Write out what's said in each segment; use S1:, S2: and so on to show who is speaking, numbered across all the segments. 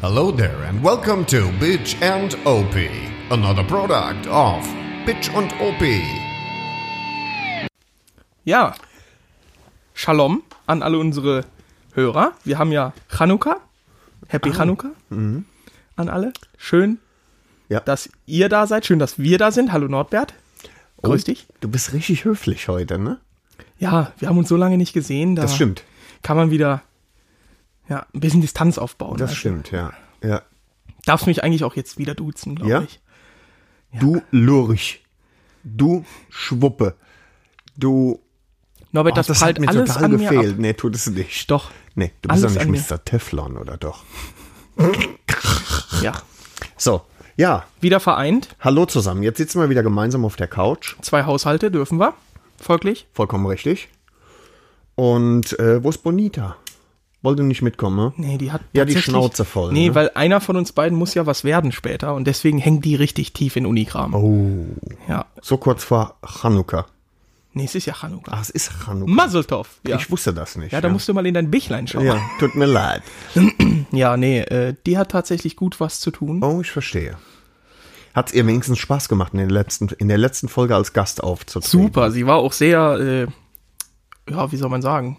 S1: Hello there and welcome to Bitch and OP, another product of Bitch und OP.
S2: Ja. Shalom an alle unsere Hörer. Wir haben ja Chanukka. Happy
S3: Ah.
S2: Chanukka.
S3: Mhm.
S2: An alle. Schön,
S3: Ja.
S2: dass ihr da seid. Schön, dass wir da sind. Hallo Nordbert. Grüß
S3: Oh,
S2: dich.
S3: Du bist richtig höflich heute, ne?
S2: Ja, wir haben uns so lange nicht gesehen. Da
S3: Das stimmt.
S2: Kann man wieder ja, ein bisschen Distanz aufbauen.
S3: Das
S2: Also,
S3: stimmt, ja. ja.
S2: Darfst mich eigentlich auch jetzt wieder duzen, glaube
S3: Ja?
S2: ich.
S3: Du Lurch. Du Schwuppe. Du.
S2: Norbert,
S3: Ach,
S2: das, prallt alles an mir ab.
S3: Nee, tut es nicht.
S2: Doch.
S3: Nee, du bist
S2: Alles
S3: doch
S2: an mir.
S3: nicht Mr. Teflon, oder doch?
S2: Ja.
S3: So, ja.
S2: Wieder vereint.
S3: Hallo zusammen. Jetzt sitzen wir wieder gemeinsam auf der Couch.
S2: Zwei Haushalte dürfen wir. Folglich.
S3: Vollkommen richtig. Und äh, wo ist Bonita? Wollte nicht mitkommen, ne?
S2: Nee, die hat
S3: Ja, die
S2: tatsächlich-
S3: Schnauze voll,
S2: Nee,
S3: ne?
S2: weil einer von uns beiden muss ja was werden später und deswegen hängt die richtig tief in Unikram. Oh. Ja,
S3: So kurz vor Chanukka.
S2: nächstes Jahr Chanukka.
S3: Ach, es ist Chanukka.
S2: Maseltov. Ja.
S3: Ich wusste das nicht.
S2: ja, da musst du mal in dein Bichlein schauen. Ja,
S3: Ja, tut mir leid.
S2: nee, äh, die hat tatsächlich gut was zu tun.
S3: Oh, ich verstehe. Hat's ihr wenigstens Spaß gemacht, in der letzten, in der letzten Folge als Gast aufzutreten?
S2: Super, sie war auch sehr, äh, ja, wie soll man sagen,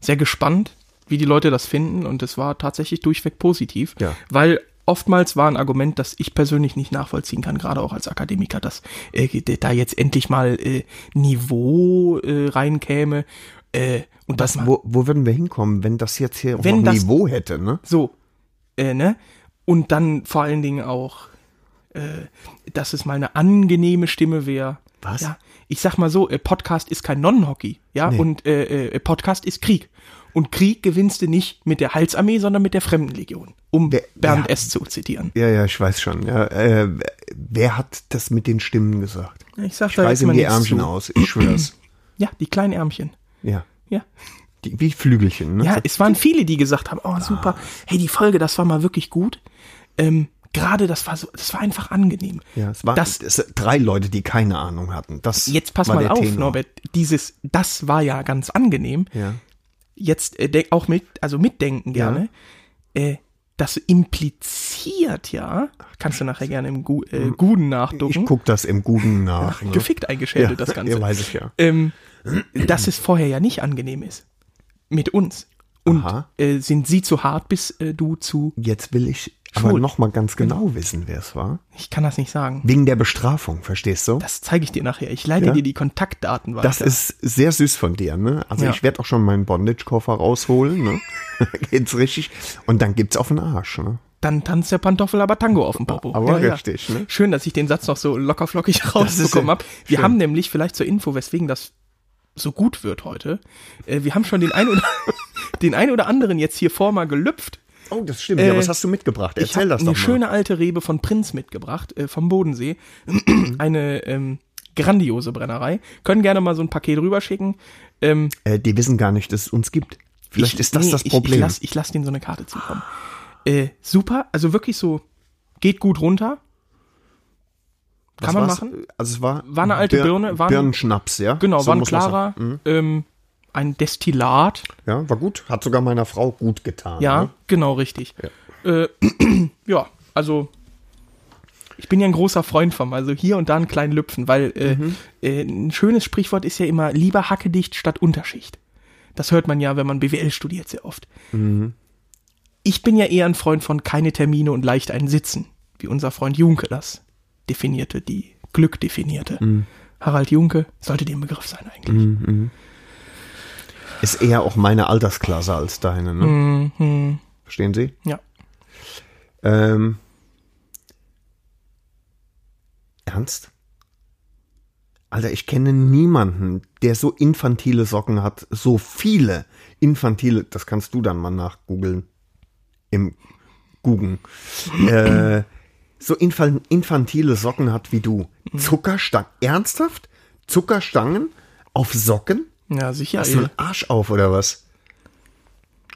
S2: sehr gespannt, wie die Leute das finden und es war tatsächlich durchweg positiv,
S3: Ja.
S2: weil oftmals war ein Argument, das ich persönlich nicht nachvollziehen kann, gerade auch als Akademiker, dass äh, da jetzt endlich mal äh, Niveau äh, reinkäme äh, und das,
S3: Wo, wo würden wir hinkommen, wenn das jetzt hier
S2: Wenn
S3: wenn noch
S2: das-
S3: Niveau hätte, ne?
S2: so, äh, ne? Und dann vor allen Dingen auch, äh, dass es mal eine angenehme Stimme wäre.
S3: Was?
S2: Ja, ich sag mal so, äh, Podcast ist kein Nonnenhockey, ja, und äh, äh, Podcast ist Krieg. Und Krieg gewinnst du nicht mit der Halsarmee, sondern mit der Fremdenlegion, um
S3: Der-
S2: Bernd
S3: ja.
S2: S. zu zitieren.
S3: Ja, ja, ich weiß schon. Ja, äh, wer hat das mit den Stimmen gesagt?
S2: Ich sag
S3: Ich
S2: da
S3: reiß
S2: jetzt
S3: ihm
S2: mal
S3: die
S2: nichts
S3: Ärmchen
S2: zu.
S3: aus, ich schwör's.
S2: Ja, die kleinen Ärmchen.
S3: Ja.
S2: Ja.
S3: Die, wie Flügelchen, ne?
S2: Ja, es waren viele, die gesagt haben, oh super, hey, die Folge, das war mal wirklich gut. Ähm, Gerade das war so, das war einfach angenehm.
S3: ja es waren
S2: das,
S3: es, drei Leute, die keine Ahnung hatten. Das
S2: Jetzt pass
S3: war
S2: mal
S3: der
S2: auf,
S3: Tenor.
S2: Norbert. Dieses, das war ja ganz angenehm.
S3: Ja.
S2: Jetzt äh, denk- auch mit, also mitdenken
S3: Ja.
S2: gerne. Äh, das impliziert ja, kannst du nachher gerne im Gu äh, Guden
S3: Hm. Ich
S2: nachducken.
S3: guck das im Guten nach. Ne?
S2: Gefickt eingeschädelt, das Ganze.
S3: Ja, weiß ich ja.
S2: Ähm, dass es vorher ja nicht angenehm ist. Mit uns. Und
S3: Aha.
S2: äh, sind sie zu hart, bis äh, du zu.
S3: Jetzt will ich aber
S2: Schuld.
S3: noch mal ganz genau wissen, wer es war.
S2: Ich kann das nicht sagen.
S3: Wegen der Bestrafung, verstehst du?
S2: Das zeige ich dir nachher. Ich leite
S3: Ja.
S2: dir die Kontaktdaten weiter.
S3: Das ist sehr süß von dir, ne? Also
S2: Ja.
S3: ich werde auch schon meinen Bondage-Koffer rausholen, ne? Geht's richtig. Und dann gibt's auf den Arsch, ne?
S2: dann tanzt der Pantoffel aber Tango auf dem Popo.
S3: Aber richtig, ne?
S2: Schön, dass ich den Satz noch so lockerflockig
S3: ist
S2: rausbekommen
S3: ja
S2: habe. Wir
S3: schön.
S2: haben nämlich vielleicht zur Info, weswegen das so gut wird heute. Äh, wir haben schon den ein oder, den ein oder anderen jetzt hier vor mal gelüpft.
S3: Oh, das stimmt.
S2: Äh,
S3: ja, was hast du mitgebracht?
S2: ich habe
S3: Erzähl das doch
S2: eine
S3: mal.
S2: schöne alte Rebe von Prinz mitgebracht, äh, vom Bodensee. eine ähm, grandiose Brennerei. Können gerne mal so ein Paket rüberschicken. Ähm,
S3: äh, die wissen gar nicht, dass es uns gibt. Vielleicht
S2: ich-
S3: ist das
S2: nee,
S3: das
S2: ich-
S3: Problem.
S2: Ich lass, ich lass denen so eine Karte zukommen. Äh, super, also wirklich so, geht gut runter.
S3: Was
S2: kann man
S3: war's?
S2: machen.
S3: Also es war,
S2: War eine alte Birne, war ein-
S3: Birnenschnaps, ja?
S2: Genau,
S3: So
S2: war ein
S3: muss man
S2: klarer,
S3: sagen. Mhm.
S2: ähm, ein Destillat.
S3: Ja, war gut. Hat sogar meiner Frau gut getan.
S2: Ja,
S3: Ne?
S2: genau richtig. Ja. Äh, ja, also ich bin ja ein großer Freund vom, also hier und da einen kleinen Lüpfen, weil äh,
S3: Mhm.
S2: äh, ein schönes Sprichwort ist ja immer lieber hackedicht statt Unterschicht. Das hört man ja, wenn man BWL studiert, sehr oft.
S3: Mhm.
S2: Ich bin ja eher ein Freund von keine Termine und leicht einen Sitzen, wie unser Freund Junke das definierte, die Glück definierte.
S3: Mhm.
S2: Harald Junke sollte dem Begriff sein eigentlich.
S3: Ist eher auch meine Altersklasse als deine, ne?
S2: Mhm.
S3: Verstehen Sie?
S2: Ja.
S3: Ähm, ernst? Alter, ich kenne niemanden, der so infantile Socken hat, so viele infantile, das kannst du dann mal nachgoogeln. Im Googeln. Äh, so infan infantile Socken hat wie du. Zuckerstangen. Ernsthaft? Zuckerstangen auf Socken?
S2: Ja, sicher.
S3: Hast du
S2: Ey.
S3: einen Arsch auf oder was?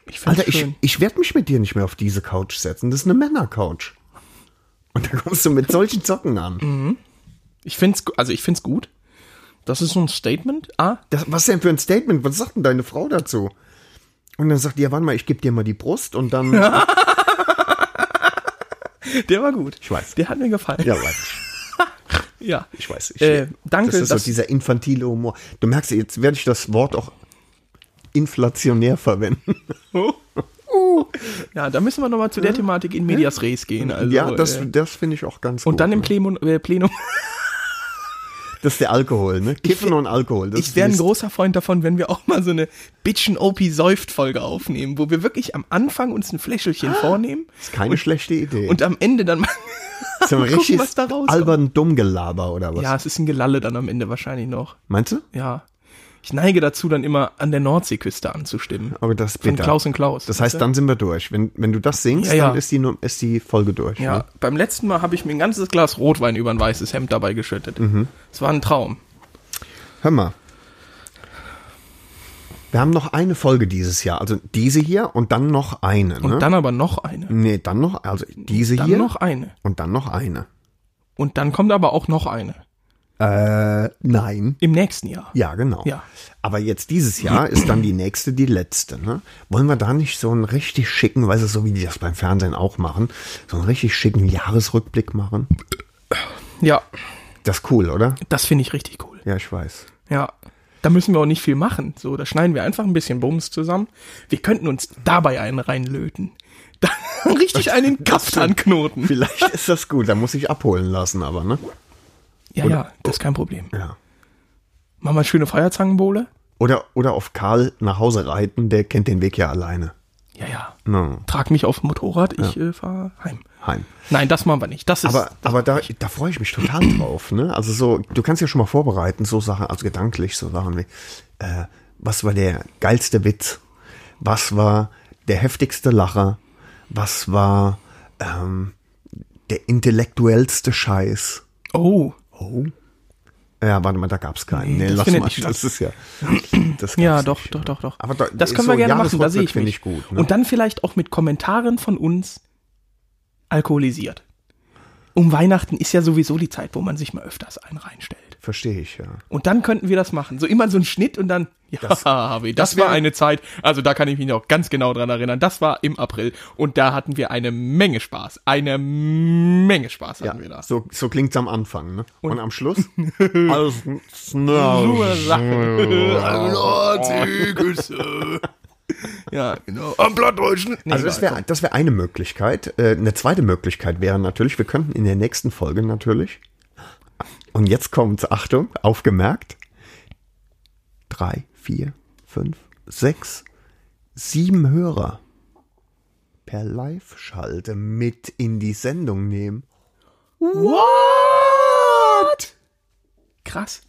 S2: Ich find's
S3: Alter, ich,
S2: schön.
S3: ich werde mich mit dir nicht mehr auf diese Couch setzen. Das ist eine Männercouch. Und da kommst du mit solchen Socken an.
S2: Mhm. Ich find's, gu- also ich find's gut. Das ist so ein Statement. Ah,
S3: Das, was denn für ein Statement? Was sagt denn deine Frau dazu? Und dann sagt die, ja, warte mal, ich gebe dir mal die Brust und dann.
S2: Der war gut.
S3: Ich weiß.
S2: Der hat mir gefallen.
S3: Ja, weiß ich.
S2: Ja.
S3: Ich weiß. Ich,
S2: Äh, danke,
S3: Das ist
S2: dass-
S3: so dieser infantile Humor. Du merkst, jetzt werde ich das Wort auch inflationär verwenden.
S2: Ja, da müssen wir nochmal zu der Thematik in Medias Res gehen. Also,
S3: ja, das,
S2: äh,
S3: das finde ich auch ganz gut.
S2: und dann im Plenum, äh, Plenum.
S3: Das ist der Alkohol, ne? Kiffen und Alkohol. Das
S2: Ich
S3: ist
S2: wäre ein
S3: Mist.
S2: großer Freund davon, wenn wir auch mal so eine Bitchen-OP-Säuft-Folge aufnehmen, wo wir wirklich am Anfang uns ein Fläschelchen vornehmen
S3: Ist keine schlechte Idee.
S2: und am Ende dann mal.
S3: so ein
S2: gucken,
S3: richtiges
S2: was da rauskommt.
S3: albern Dummgelaber oder was?
S2: Ja, es ist ein Gelalle dann am Ende wahrscheinlich noch.
S3: Meinst du?
S2: Ja. Ich neige dazu, dann immer an der Nordseeküste anzustimmen.
S3: Aber das ist
S2: Von
S3: bitter.
S2: Klaus und Klaus.
S3: Das heißt, dann sind wir durch. Wenn, wenn du das singst,
S2: Ja, ja.
S3: dann ist die, Num- ist die Folge durch.
S2: Ja,
S3: Ne?
S2: beim letzten Mal habe ich mir ein ganzes Glas Rotwein über ein weißes Hemd dabei geschüttet. Es
S3: Mhm.
S2: war ein Traum.
S3: Hör mal. Wir haben noch eine Folge dieses Jahr. Also diese hier und dann noch eine.
S2: Und
S3: ne?
S2: dann aber noch eine.
S3: nee, dann noch, also diese
S2: Dann
S3: hier
S2: noch eine.
S3: und dann noch eine.
S2: Und dann kommt aber auch noch eine.
S3: Äh, nein.
S2: Im nächsten Jahr.
S3: Ja, genau.
S2: Ja.
S3: Aber jetzt dieses Jahr ist dann die nächste die letzte. Ne? Wollen wir da nicht so einen richtig schicken, weißt du, so wie die das beim Fernsehen auch machen, so einen richtig schicken Jahresrückblick machen?
S2: Ja,
S3: Das ist cool, oder?
S2: das finde ich richtig cool.
S3: Ja, ich weiß.
S2: Ja. Da müssen wir auch nicht viel machen. So, da schneiden wir einfach ein bisschen Bums zusammen. Wir könnten uns dabei einen reinlöten. Da richtig einen Kaftanknoten.
S3: Vielleicht ist das gut, da muss ich abholen lassen, aber ne?
S2: Ja, ja, das ist kein Problem.
S3: Ja.
S2: Machen wir eine schöne Feuerzangenbowle?
S3: Oder, oder auf Karl nach Hause reiten, der kennt den Weg ja alleine.
S2: Ja, ja.
S3: No,
S2: Trag mich auf dem Motorrad, ich äh, fahre heim.
S3: heim.
S2: Nein, das machen wir nicht. Das ist
S3: Aber, aber da, da freue ich mich total drauf, ne? Also so, du kannst ja schon mal vorbereiten, so Sachen, also gedanklich so Sachen wie, äh, was war der geilste Witz? Was war der heftigste Lacher? Was war ähm, der intellektuellste Scheiß?
S2: Oh,
S3: Ja, warte mal, da gab's keinen.
S2: Nee,
S3: Nee,
S2: das
S3: lass
S2: findet
S3: mal,
S2: nicht statt.
S3: das ist ja. Das
S2: ja,
S3: gab's
S2: doch,
S3: nicht.
S2: doch, doch, doch.
S3: Aber da-
S2: das können
S3: so
S2: wir gerne machen, da
S3: Jahresrückblick
S2: sehe ich
S3: finde
S2: mich.
S3: ich gut, ne?
S2: Und dann vielleicht auch mit Kommentaren von uns alkoholisiert. Um Weihnachten ist ja sowieso die Zeit, wo man sich mal öfters einen reinstellt.
S3: Verstehe ich, ja.
S2: Und dann könnten wir das machen. So immer so ein Schnitt und dann, ja,
S3: Das-
S2: Harvey, das,
S3: das
S2: war
S3: wäre-
S2: eine Zeit, also da kann ich mich noch ganz genau dran erinnern. Das war im April und da hatten wir eine Menge Spaß. Eine Menge Spaß hatten wir da.
S3: So, so klingt's am Anfang, ne? Und, am Schluss? Alles Snurr.
S2: Super Sache. ja, genau. Am Plattdeutschen. Nee,
S3: Also das wäre das wär eine Möglichkeit. Äh, Eine zweite Möglichkeit wäre natürlich, wir könnten in der nächsten Folge natürlich. Und jetzt kommt's, Achtung, aufgemerkt. Drei, vier, fünf, sechs, sieben Hörer per Live-Schalte mit in die Sendung nehmen.
S2: What? Krass.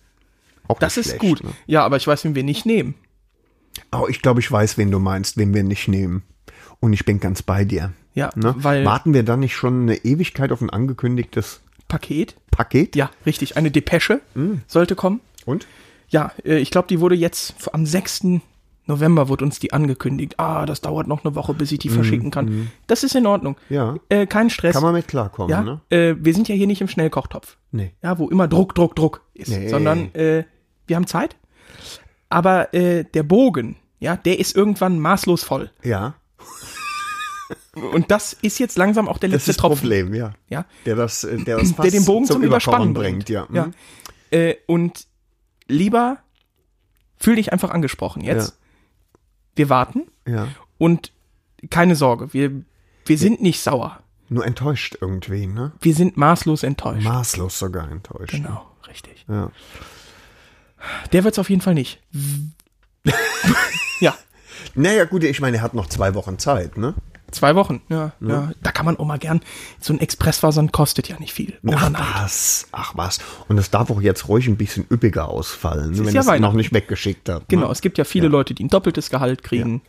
S3: Auch
S2: Das
S3: nicht
S2: ist
S3: schlecht,
S2: gut.
S3: Ne?
S2: Ja, aber ich weiß, wen wir nicht nehmen.
S3: Oh, ich glaube, ich weiß, wen du meinst, wen wir nicht nehmen. Und ich bin ganz bei dir.
S2: Ja,
S3: Ne?
S2: weil
S3: Warten wir dann nicht schon eine Ewigkeit auf ein angekündigtes
S2: Paket.
S3: Paket?
S2: Ja, richtig. Eine Depesche
S3: Mm.
S2: sollte kommen.
S3: Und?
S2: Ja, äh, ich glaube, die wurde jetzt f- am 6. November wurde uns die angekündigt. Ah, das dauert noch eine Woche, bis ich die verschicken kann. Das ist in Ordnung.
S3: Mm, Ja.
S2: Äh, kein Stress.
S3: Kann man mit klarkommen,
S2: ja,
S3: ne?
S2: äh, wir sind ja hier nicht im Schnellkochtopf.
S3: Nee.
S2: ja, wo immer Druck, Druck, Druck ist,
S3: Nee.
S2: sondern äh, wir haben Zeit. Aber äh, der Bogen, ja, der ist irgendwann maßlos voll.
S3: Ja.
S2: Und das ist jetzt langsam auch der
S3: Das
S2: letzte
S3: ist das
S2: Tropfen,
S3: Problem, ja.
S2: ja,
S3: Der das, äh, der das
S2: der
S3: Fass
S2: den Bogen zum, Überspannen
S3: Überkochen
S2: bringt.
S3: Ja.
S2: ja.
S3: Mhm.
S2: Äh, und lieber fühl dich einfach angesprochen jetzt.
S3: Ja.
S2: Wir warten
S3: hm? ja.
S2: und keine Sorge, wir wir sind nicht sauer,
S3: Nur enttäuscht irgendwie, ne?
S2: wir sind maßlos enttäuscht.
S3: Maßlos sogar enttäuscht.
S2: genau, richtig.
S3: Ja.
S2: Der wird's auf jeden Fall nicht. ja.
S3: Naja, gut, ich meine, er hat noch zwei Wochen Zeit, ne?
S2: Zwei Wochen, ja, ja. Da kann man auch mal gern, so ein Expressversand kostet ja nicht viel.
S3: Ach
S2: Overnight.
S3: was, ach was. Und das darf auch jetzt ruhig ein bisschen üppiger ausfallen, ne, wenn
S2: ja
S3: ihr es noch
S2: Weihnachten.
S3: nicht weggeschickt habt.
S2: Genau,
S3: Ne?
S2: es gibt ja viele Leute, die ein doppeltes Gehalt kriegen.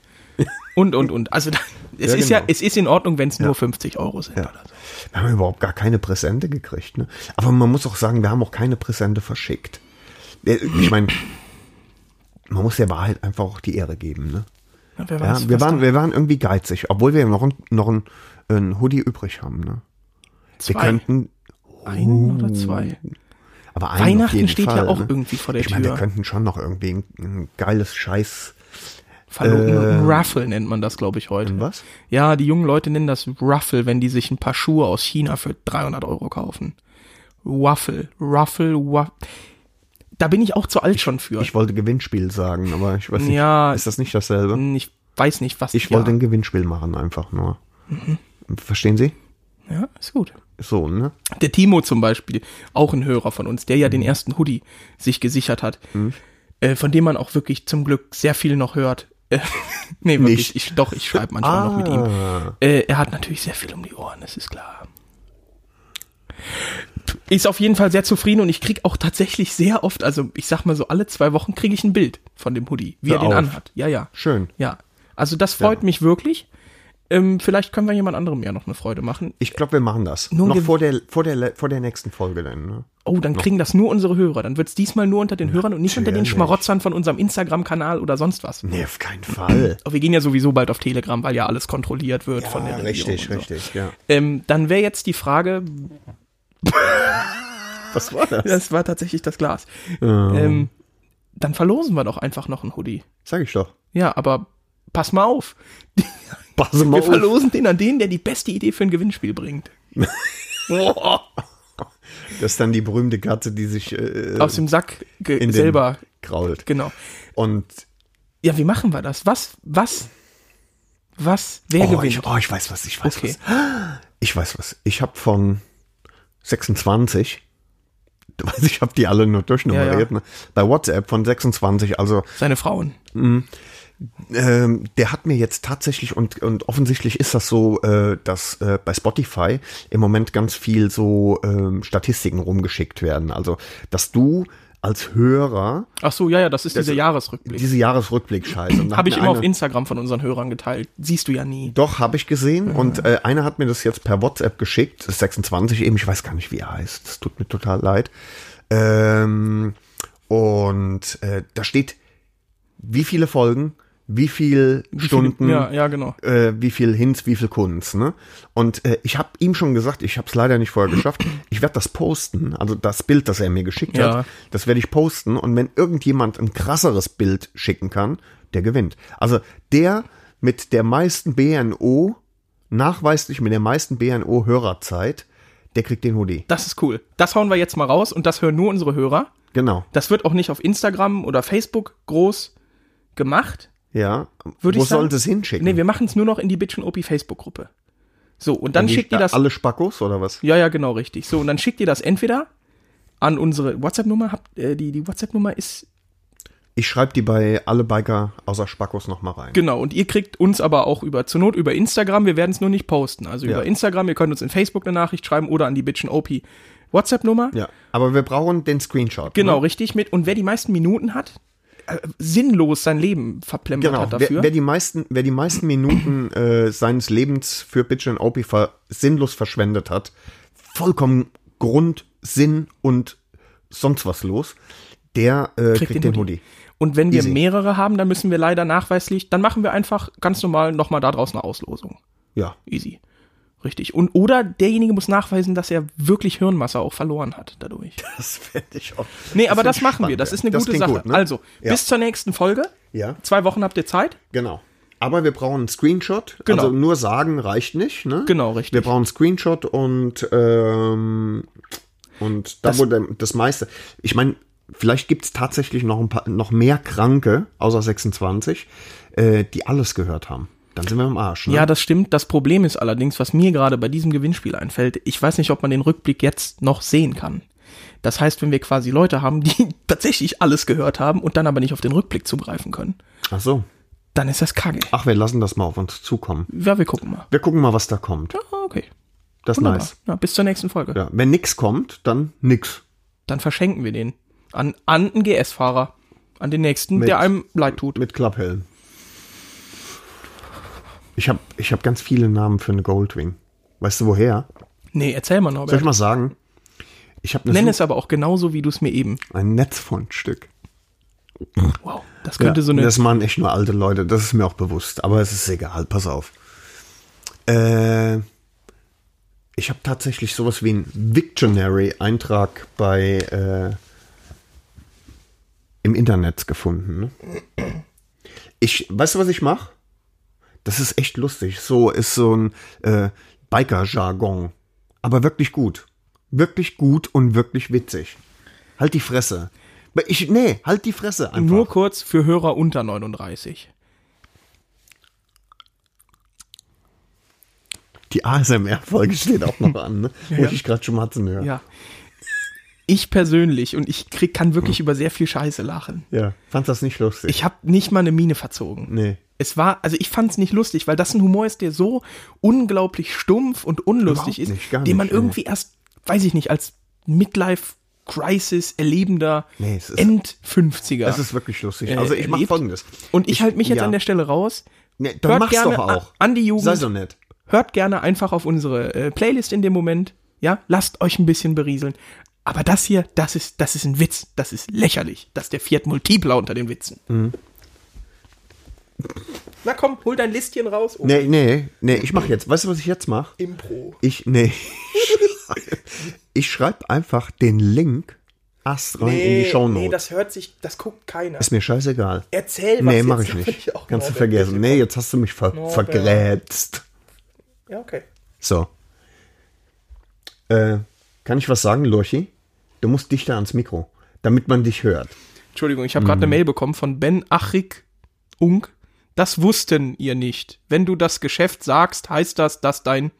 S2: Und, und, und. Also da, es
S3: Ja,
S2: ist ja,
S3: genau.
S2: es ist in Ordnung, wenn es nur 50 Euro sind oder so.
S3: Wir haben überhaupt gar keine Präsente gekriegt, ne? Aber man muss auch sagen, wir haben auch keine Präsente verschickt. Äh, Ich meine, man muss der Wahrheit einfach auch die Ehre geben, ne?
S2: Ja, wer
S3: Ja,
S2: weiß,
S3: wir,
S2: was
S3: waren, wir waren irgendwie geizig, obwohl wir noch ein, noch ein, ein Hoodie übrig haben. Ne? Wir
S2: Zwei.
S3: könnten, uh,
S2: da- ein oder zwei.
S3: aber einen auf
S2: Weihnachten
S3: jeden
S2: steht
S3: Fall,
S2: ja auch
S3: ne?
S2: irgendwie vor der
S3: Ich meine, wir
S2: Tür.
S3: könnten schon noch irgendwie ein, ein geiles Scheiß
S2: Verlogene
S3: äh,
S2: Ruffle nennt man das, glaube ich, heute.
S3: Und was?
S2: Ja, die jungen Leute nennen das Ruffle, wenn die sich ein paar Schuhe aus China für 300 Euro kaufen. Ruffle, Ruffle, Ruffle. Da bin ich auch zu alt schon für.
S3: Ich wollte Gewinnspiel sagen, aber ich weiß nicht.
S2: Ja.
S3: ist das nicht dasselbe?
S2: Hm, ich weiß nicht, was
S3: Ich
S2: ja. Mhm.
S3: wollte ein Gewinnspiel machen, einfach nur. Verstehen Sie?
S2: Ja, ist gut.
S3: So, ne?
S2: Der Timo zum Beispiel, auch ein Hörer von uns, der ja den ersten Hoodie sich gesichert hat, äh, von dem man auch wirklich zum Glück sehr viel noch hört. Äh, nee, wirklich,
S3: Nicht.
S2: ich, doch, ich schreibe manchmal noch mit ihm. Äh, er hat natürlich sehr viel um die Ohren, das ist klar. Ist auf jeden Fall sehr zufrieden und ich krieg auch tatsächlich sehr oft, also ich sag mal so, alle zwei Wochen kriege ich ein Bild von dem Hoodie, wie
S3: Hör
S2: er den
S3: auf.
S2: anhat. Ja, ja.
S3: Schön.
S2: Ja. Also das freut mich wirklich. Ähm, vielleicht können wir jemand anderem ja noch eine Freude machen.
S3: Ich glaube, wir machen das.
S2: Nur
S3: Noch
S2: Gewinn-
S3: vor der, vor, der, le- vor der nächsten Folge dann. Ne?
S2: Oh, dann kriegen das nur unsere Hörer. Dann wird's diesmal nur unter den Hörern und nicht unter den
S3: Natürlich. Hm.
S2: Schmarotzern von unserem Instagram-Kanal oder sonst was.
S3: Nee, auf keinen Fall.
S2: Aber wir gehen ja sowieso bald auf Telegram, weil ja alles kontrolliert wird von der
S3: Ah,
S2: Regierung.
S3: richtig,
S2: und so.
S3: richtig, ja.
S2: Ähm, dann wäre jetzt die Frage,
S3: Was war das?
S2: das war tatsächlich das Glas. Ähm, dann verlosen wir doch einfach noch einen Hoodie.
S3: Sag ich doch.
S2: Ja, aber pass mal auf.
S3: Pass mal
S2: Wir verlosen den an den, der die beste Idee für ein Gewinnspiel bringt. Boah.
S3: Das ist dann die berühmte Katze, die sich äh,
S2: Aus dem Sack ge-
S3: in den
S2: selber.
S3: krault.
S2: Genau.
S3: Und
S2: Ja, wie machen wir das? Was, was, was, wer
S3: oh,
S2: gewinnt?
S3: ich, oh, ich weiß was, ich weiß
S2: Okay.
S3: was. Ich weiß was. Ich habe von 26, du weißt, ich habe die alle nur durchnummeriert,
S2: Ja, ja.
S3: Ne? bei WhatsApp von 26, also
S2: Seine Frauen.
S3: ähm, der hat mir jetzt tatsächlich und, und offensichtlich ist das so, äh, dass äh, bei Spotify im Moment ganz viel so ähm, Statistiken rumgeschickt werden. Also, dass du als Hörer
S2: Ach so, ja, ja, das ist dieser Jahresrückblick.
S3: diese Jahresrückblick-Scheiße.
S2: Habe ich immer auf
S3: Instagram.
S2: Instagram von unseren Hörern geteilt. Siehst du ja nie.
S3: Doch, habe ich gesehen. Und äh, einer hat mir das jetzt per WhatsApp geschickt. Das ist 26 eben. Ich weiß gar nicht, wie er heißt. Das tut mir total leid. Ähm, und äh, da steht, wie viele Folgen, wie viel Stunden,
S2: Ja, ja, genau.
S3: äh, wie viel Hinz, wie viel Kunz. Ne? Und äh, ich habe ihm schon gesagt, ich habe es leider nicht vorher geschafft. Ich werde das posten. Also das Bild, das er mir geschickt
S2: Ja.
S3: hat, das werde ich posten. Und wenn irgendjemand ein krasseres Bild schicken kann, der gewinnt. Also der mit der meisten BNO, nachweislich mit der meisten BNO-Hörerzeit, der kriegt den Hoodie.
S2: Das ist cool. Das hauen wir jetzt mal raus und das hören nur unsere Hörer.
S3: Genau.
S2: Das wird auch nicht auf Instagram oder Facebook groß gemacht.
S3: Ja.
S2: Würde
S3: Wo
S2: ich sagen-
S3: soll das hinschicken?
S2: Nee, wir machen es nur noch in die Bitchen OP Facebook-Gruppe. So, und dann
S3: Die-
S2: schickt ihr das.
S3: Alle Spackos oder was?
S2: Ja, ja, genau, richtig. So, und dann schickt ihr das entweder an unsere WhatsApp-Nummer. Habt, Äh, die die WhatsApp-Nummer ist.
S3: Ich schreibe die bei alle Biker außer Spackos nochmal rein.
S2: Genau, und ihr kriegt uns aber auch über, zur Not über Instagram. Wir werden es nur nicht posten. Also
S3: Ja.
S2: über Instagram, ihr könnt uns in Facebook eine Nachricht schreiben oder an die Bitchen OP WhatsApp-Nummer.
S3: Ja, aber wir brauchen den Screenshot.
S2: Genau,
S3: ne?
S2: richtig mit. Und wer die meisten Minuten hat, äh, sinnlos sein Leben verplempert
S3: Genau,
S2: hat
S3: wer,
S2: dafür.
S3: wer, die meisten, wer die meisten Minuten äh, seines Lebens für Bitch and Opie ver sinnlos verschwendet hat, vollkommen Grund, Sinn und sonst was los, der äh, kriegt, den, Hoodie.
S2: Und wenn wir
S3: Easy.
S2: mehrere haben, dann müssen wir leider nachweislich, dann machen wir einfach ganz normal nochmal da draus eine Auslosung.
S3: Ja,
S2: Easy. Richtig. Und oder derjenige muss nachweisen, dass er wirklich Hirnmasse auch verloren hat dadurch.
S3: das fände ich auch.
S2: Nee, aber das
S3: find ich
S2: machen wir.
S3: spannend,
S2: Das
S3: ja.
S2: ist eine gute
S3: klingt
S2: Sache.
S3: gut, ne?
S2: Also,
S3: ja,
S2: bis zur nächsten Folge.
S3: Ja.
S2: Zwei Wochen habt ihr Zeit.
S3: Genau. Aber wir brauchen einen Screenshot.
S2: Genau.
S3: Also nur sagen reicht nicht. Ne?
S2: Genau, richtig.
S3: Wir brauchen einen Screenshot und, ähm, und da
S2: Das-
S3: das, wurde das meiste. Ich meine, vielleicht gibt es tatsächlich noch, ein paar, noch mehr Kranke, außer 26, äh, die alles gehört haben. Dann sind wir im Arsch. Ne?
S2: Ja, das stimmt. Das Problem ist allerdings, was mir gerade bei diesem Gewinnspiel einfällt, ich weiß nicht, ob man den Rückblick jetzt noch sehen kann. Das heißt, wenn wir quasi Leute haben, die tatsächlich alles gehört haben und dann aber nicht auf den Rückblick zugreifen können,
S3: Ach so.
S2: dann ist das kacke.
S3: Ach, wir lassen das mal auf uns zukommen.
S2: Ja, wir gucken mal.
S3: Wir gucken mal, was da kommt.
S2: Ah, Okay.
S3: Das ist
S2: Wunderbar.
S3: nice.
S2: Ja, bis zur nächsten Folge.
S3: Ja, wenn nix kommt, dann nix.
S2: Dann verschenken wir den an, an einen GS-Fahrer. An den nächsten,
S3: Mit-
S2: der einem leid tut.
S3: Mit Klapphelm. Ich habe ich hab ganz viele Namen für eine Goldwing. Weißt du woher?
S2: Nee, erzähl mal,
S3: Soll
S2: Norbert.
S3: ich mal sagen? Ich habe
S2: Nenn
S3: eine
S2: es aber auch genauso, wie du es mir eben.
S3: ein Netzfundstück.
S2: Wow. Das könnte so eine.
S3: das machen echt nur alte Leute, das ist mir auch bewusst, aber es ist egal, pass auf. Äh, ich habe tatsächlich sowas wie einen Victionary-Eintrag bei äh, im Internet gefunden. Ne? Ich, weißt du, was ich mache? Das ist echt lustig. So ist so ein äh, Biker-Jargon. Aber wirklich gut. Wirklich gut und wirklich witzig. Halt die Fresse. Aber Ich, nee, halt die Fresse einfach.
S2: Nur kurz für Hörer unter 39.
S3: die ASMR-Folge steht auch noch an, ne? Wo ich gerade schon Matzen höre.
S2: Ja. Ich persönlich, und ich krieg, kann wirklich
S3: Hm.
S2: über sehr viel Scheiße lachen.
S3: ja. Fand das nicht lustig.
S2: Ich habe nicht mal eine Miene verzogen.
S3: nee.
S2: Es war, also ich fand es nicht lustig, weil das ein Humor ist, der so unglaublich stumpf und unlustig
S3: Überhaupt
S2: ist,
S3: nicht, gar
S2: den man
S3: nicht, nee.
S2: irgendwie erst, weiß ich nicht, als Midlife-Crisis erlebender
S3: Nee, es ist-
S2: End-50er.
S3: Das ist wirklich lustig.
S2: äh,
S3: also ich mache
S2: erlebt.
S3: folgendes.
S2: Und ich, halte mich jetzt
S3: ja.
S2: an der Stelle raus.
S3: Nee, dann
S2: Hört
S3: mach's
S2: gerne
S3: doch auch.
S2: a- an die Jugend.
S3: Sei so nett.
S2: Hört gerne einfach auf unsere äh, Playlist in dem Moment. Ja, lasst euch ein bisschen berieseln. Aber das hier, das ist, das ist ein Witz. Das ist lächerlich. Das ist der Fiat Multipler unter den Witzen.
S3: Mhm.
S2: Na komm, hol dein Listchen raus. Oh,
S3: Nee, nee, nee, ich mache jetzt. Weißt du, was ich jetzt mache?
S2: Impro.
S3: Ich, nee. ich schreibe einfach den Link Ast rein in die Shownote.
S2: Nee, das hört sich, das guckt keiner.
S3: ist mir scheißegal.
S2: Erzähl was
S3: Nee,
S2: jetzt,
S3: mache ich
S2: das
S3: nicht.
S2: hab ich auch
S3: Kannst du
S2: Norbert.
S3: vergessen. Nee, jetzt hast du mich ver
S2: Norbert.
S3: vergrätzt.
S2: Ja, okay.
S3: So. Äh, kann ich was sagen, Lurchi? Du musst dichter ans Mikro, damit man dich hört.
S2: Entschuldigung, ich habe
S3: Mhm.
S2: gerade eine Mail bekommen von Ben Achrik Unk. Das wussten ihr nicht. Wenn du das Geschäft sagst, heißt das, dass dein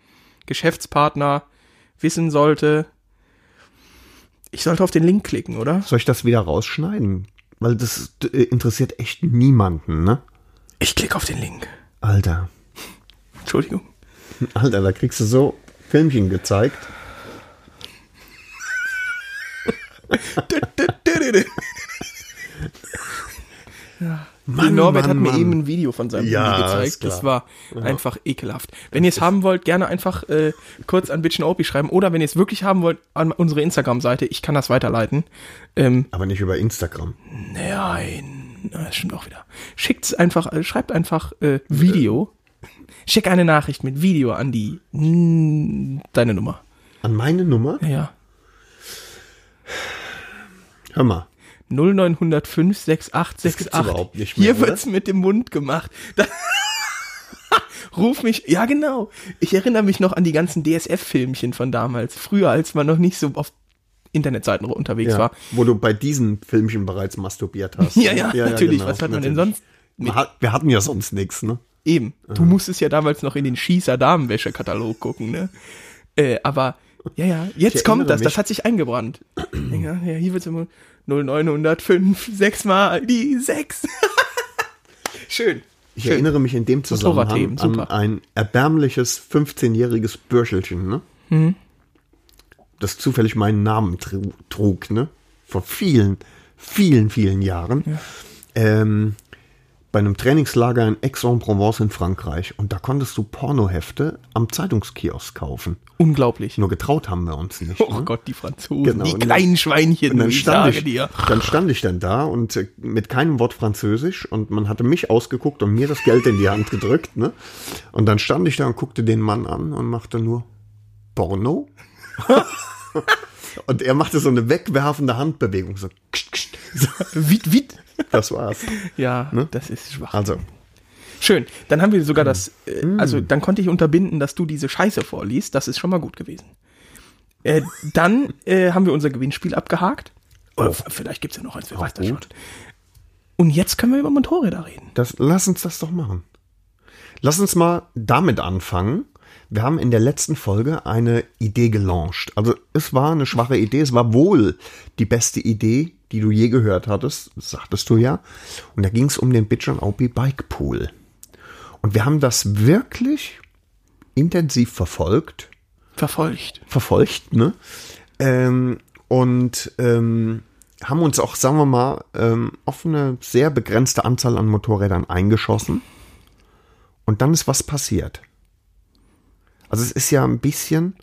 S2: Geschäftspartner wissen sollte. Ich sollte auf den Link klicken, oder?
S3: Soll ich das wieder rausschneiden? Weil das äh, interessiert echt niemanden, ne?
S2: Ich klicke auf den Link.
S3: Alter.
S2: Entschuldigung.
S3: Alter, da kriegst du so Filmchen gezeigt. Mann,
S2: Norbert
S3: Mann,
S2: hat mir
S3: Mann.
S2: eben ein Video von seinem
S3: Ja,
S2: Handy gezeigt.
S3: ist klar.
S2: Das war einfach ekelhaft. Wenn ihr es haben wollt, gerne einfach äh, kurz an Bitchen Opie schreiben. Oder wenn ihr es wirklich haben wollt, an unsere Instagram-Seite. Ich kann das weiterleiten. Ähm,
S3: Aber nicht über Instagram.
S2: nein, na, das stimmt auch wieder. Schickt's einfach, äh, schreibt einfach äh, Video. Schick eine Nachricht mit Video an die mm, deine Nummer.
S3: An meine Nummer?
S2: Ja.
S3: Hör mal.
S2: 0905 6868.
S3: Das gibt's überhaupt nicht mehr,
S2: Hier
S3: oder?
S2: wird's mit dem Mund gemacht. Da Ruf mich, ja genau. Ich erinnere mich noch an die ganzen DSF-Filmchen von damals. Früher, als man noch nicht so auf Internetseiten unterwegs
S3: Ja,
S2: war.
S3: wo du bei diesem Filmchen bereits masturbiert hast.
S2: Ja, ja, natürlich.
S3: genau,
S2: Was hat man denn
S3: natürlich.
S2: sonst?
S3: Man hat, wir hatten ja sonst nichts, ne?
S2: Eben. Du musstest ja damals noch in den Schießer Damenwäsche-Katalog gucken, ne? Äh, aber, ja, ja,
S3: Ich
S2: jetzt kommt das.
S3: erinnere mich-
S2: Das hat sich eingebrannt. ja, ja, hier wird's immer 0905, sechsmal die sechs. Schön.
S3: Ich
S2: Schön.
S3: erinnere mich in dem Zusammenhang
S2: Motorradthemen,
S3: an
S2: super.
S3: ein erbärmliches 15-jähriges Bürschelchen, ne?
S2: Mhm.
S3: Das zufällig meinen Namen tru- trug, ne? Vor vielen, vielen, vielen Jahren. Ähm, bei einem Trainingslager in Aix-en-Provence in Frankreich. Und da konntest du Pornohefte am Zeitungskiosk kaufen.
S2: Unglaublich.
S3: Nur getraut haben wir uns nicht.
S2: Oh
S3: ne?
S2: Gott, die Franzosen,
S3: Genau,
S2: die
S3: und dann-
S2: kleinen Schweinchen,
S3: Und dann
S2: ich
S3: stand,
S2: sage
S3: ich,
S2: dir.
S3: dann stand ich dann da und äh, mit keinem Wort Französisch und man hatte mich ausgeguckt und mir das Geld in die Hand gedrückt. Ne? Und dann stand ich da und guckte den Mann an und machte nur Porno. und er machte so eine wegwerfende Handbewegung. So, kst, kst.
S2: Wit, wit.
S3: das war's.
S2: Ja, das ist schwach.
S3: Also,
S2: Schön, dann haben wir
S3: Hm.
S2: sogar das, äh, also dann konnte ich unterbinden, dass du diese Scheiße vorliest, das ist schon mal gut gewesen. Äh, dann äh, haben wir unser Gewinnspiel abgehakt. Oder f- vielleicht gibt's ja noch eins, wer weiß das
S3: Oh. gut.
S2: schon. Und jetzt können wir über Motorräder reden.
S3: das, lass uns das doch machen. Lass uns mal damit anfangen. Wir haben in der letzten Folge eine Idee gelauncht. Also es war eine schwache Idee, es war wohl die beste Idee, die du je gehört hattest, sagtest du ja. Und da ging es um den Bitch on OP Bike Pool. Und wir haben das wirklich intensiv verfolgt
S2: Verfolgt.
S3: verfolgt, ne? Ähm, und ähm, haben uns auch, sagen wir mal, ähm, auf eine sehr begrenzte Anzahl an Motorrädern eingeschossen. Und dann ist was passiert. Also es ist ja ein bisschen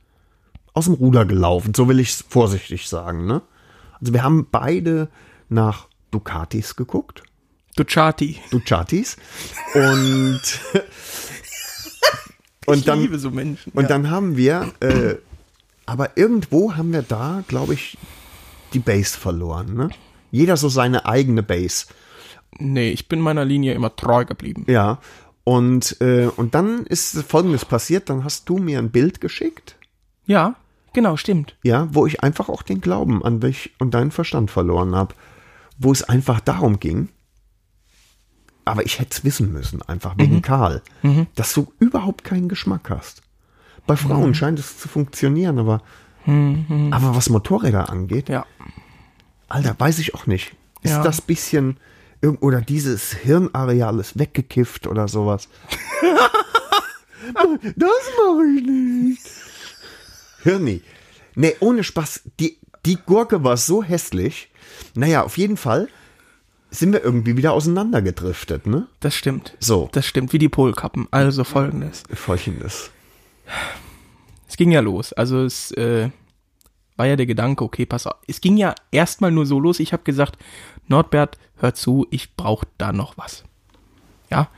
S3: aus dem Ruder gelaufen, so will ich es vorsichtig sagen, ne? Also wir haben beide nach Ducatis geguckt,
S2: Ducati.
S3: Ducatis, und und
S2: ich
S3: dann
S2: liebe so Menschen.
S3: und
S2: ja.
S3: dann haben wir, äh, aber irgendwo haben wir da, glaube ich, die Base verloren. Ne? Jeder so seine eigene Base.
S2: Nee, ich bin meiner Linie immer treu geblieben.
S3: Ja. Und, äh, und dann ist Folgendes passiert. Dann hast du mir ein Bild geschickt,
S2: Ja, genau, stimmt.
S3: ja, wo ich einfach auch den Glauben an dich und deinen Verstand verloren habe. Wo es einfach darum ging, aber ich hätte es wissen müssen, einfach wegen Karl, dass du überhaupt keinen Geschmack hast. Bei Frauen scheint es zu funktionieren, aber, aber was Motorräder angeht,
S2: Ja.
S3: Alter, weiß ich auch nicht. Ist
S2: Ja.
S3: das bisschen irg- oder dieses Hirnareal ist weggekifft oder sowas? das mache ich nicht. Hirni. Nee, ohne Spaß. Die, die Gurke war so hässlich. Naja, auf jeden Fall sind wir irgendwie wieder auseinandergedriftet, ne?
S2: Das stimmt.
S3: So.
S2: Das stimmt, wie die Polkappen. Also folgendes.
S3: Folgendes.
S2: Es ging ja los. Also es äh, war ja der Gedanke, okay, pass auf. Es ging ja erstmal nur so los. Ich habe gesagt, Nordbert, hör zu, ich brauche da noch was. Ja.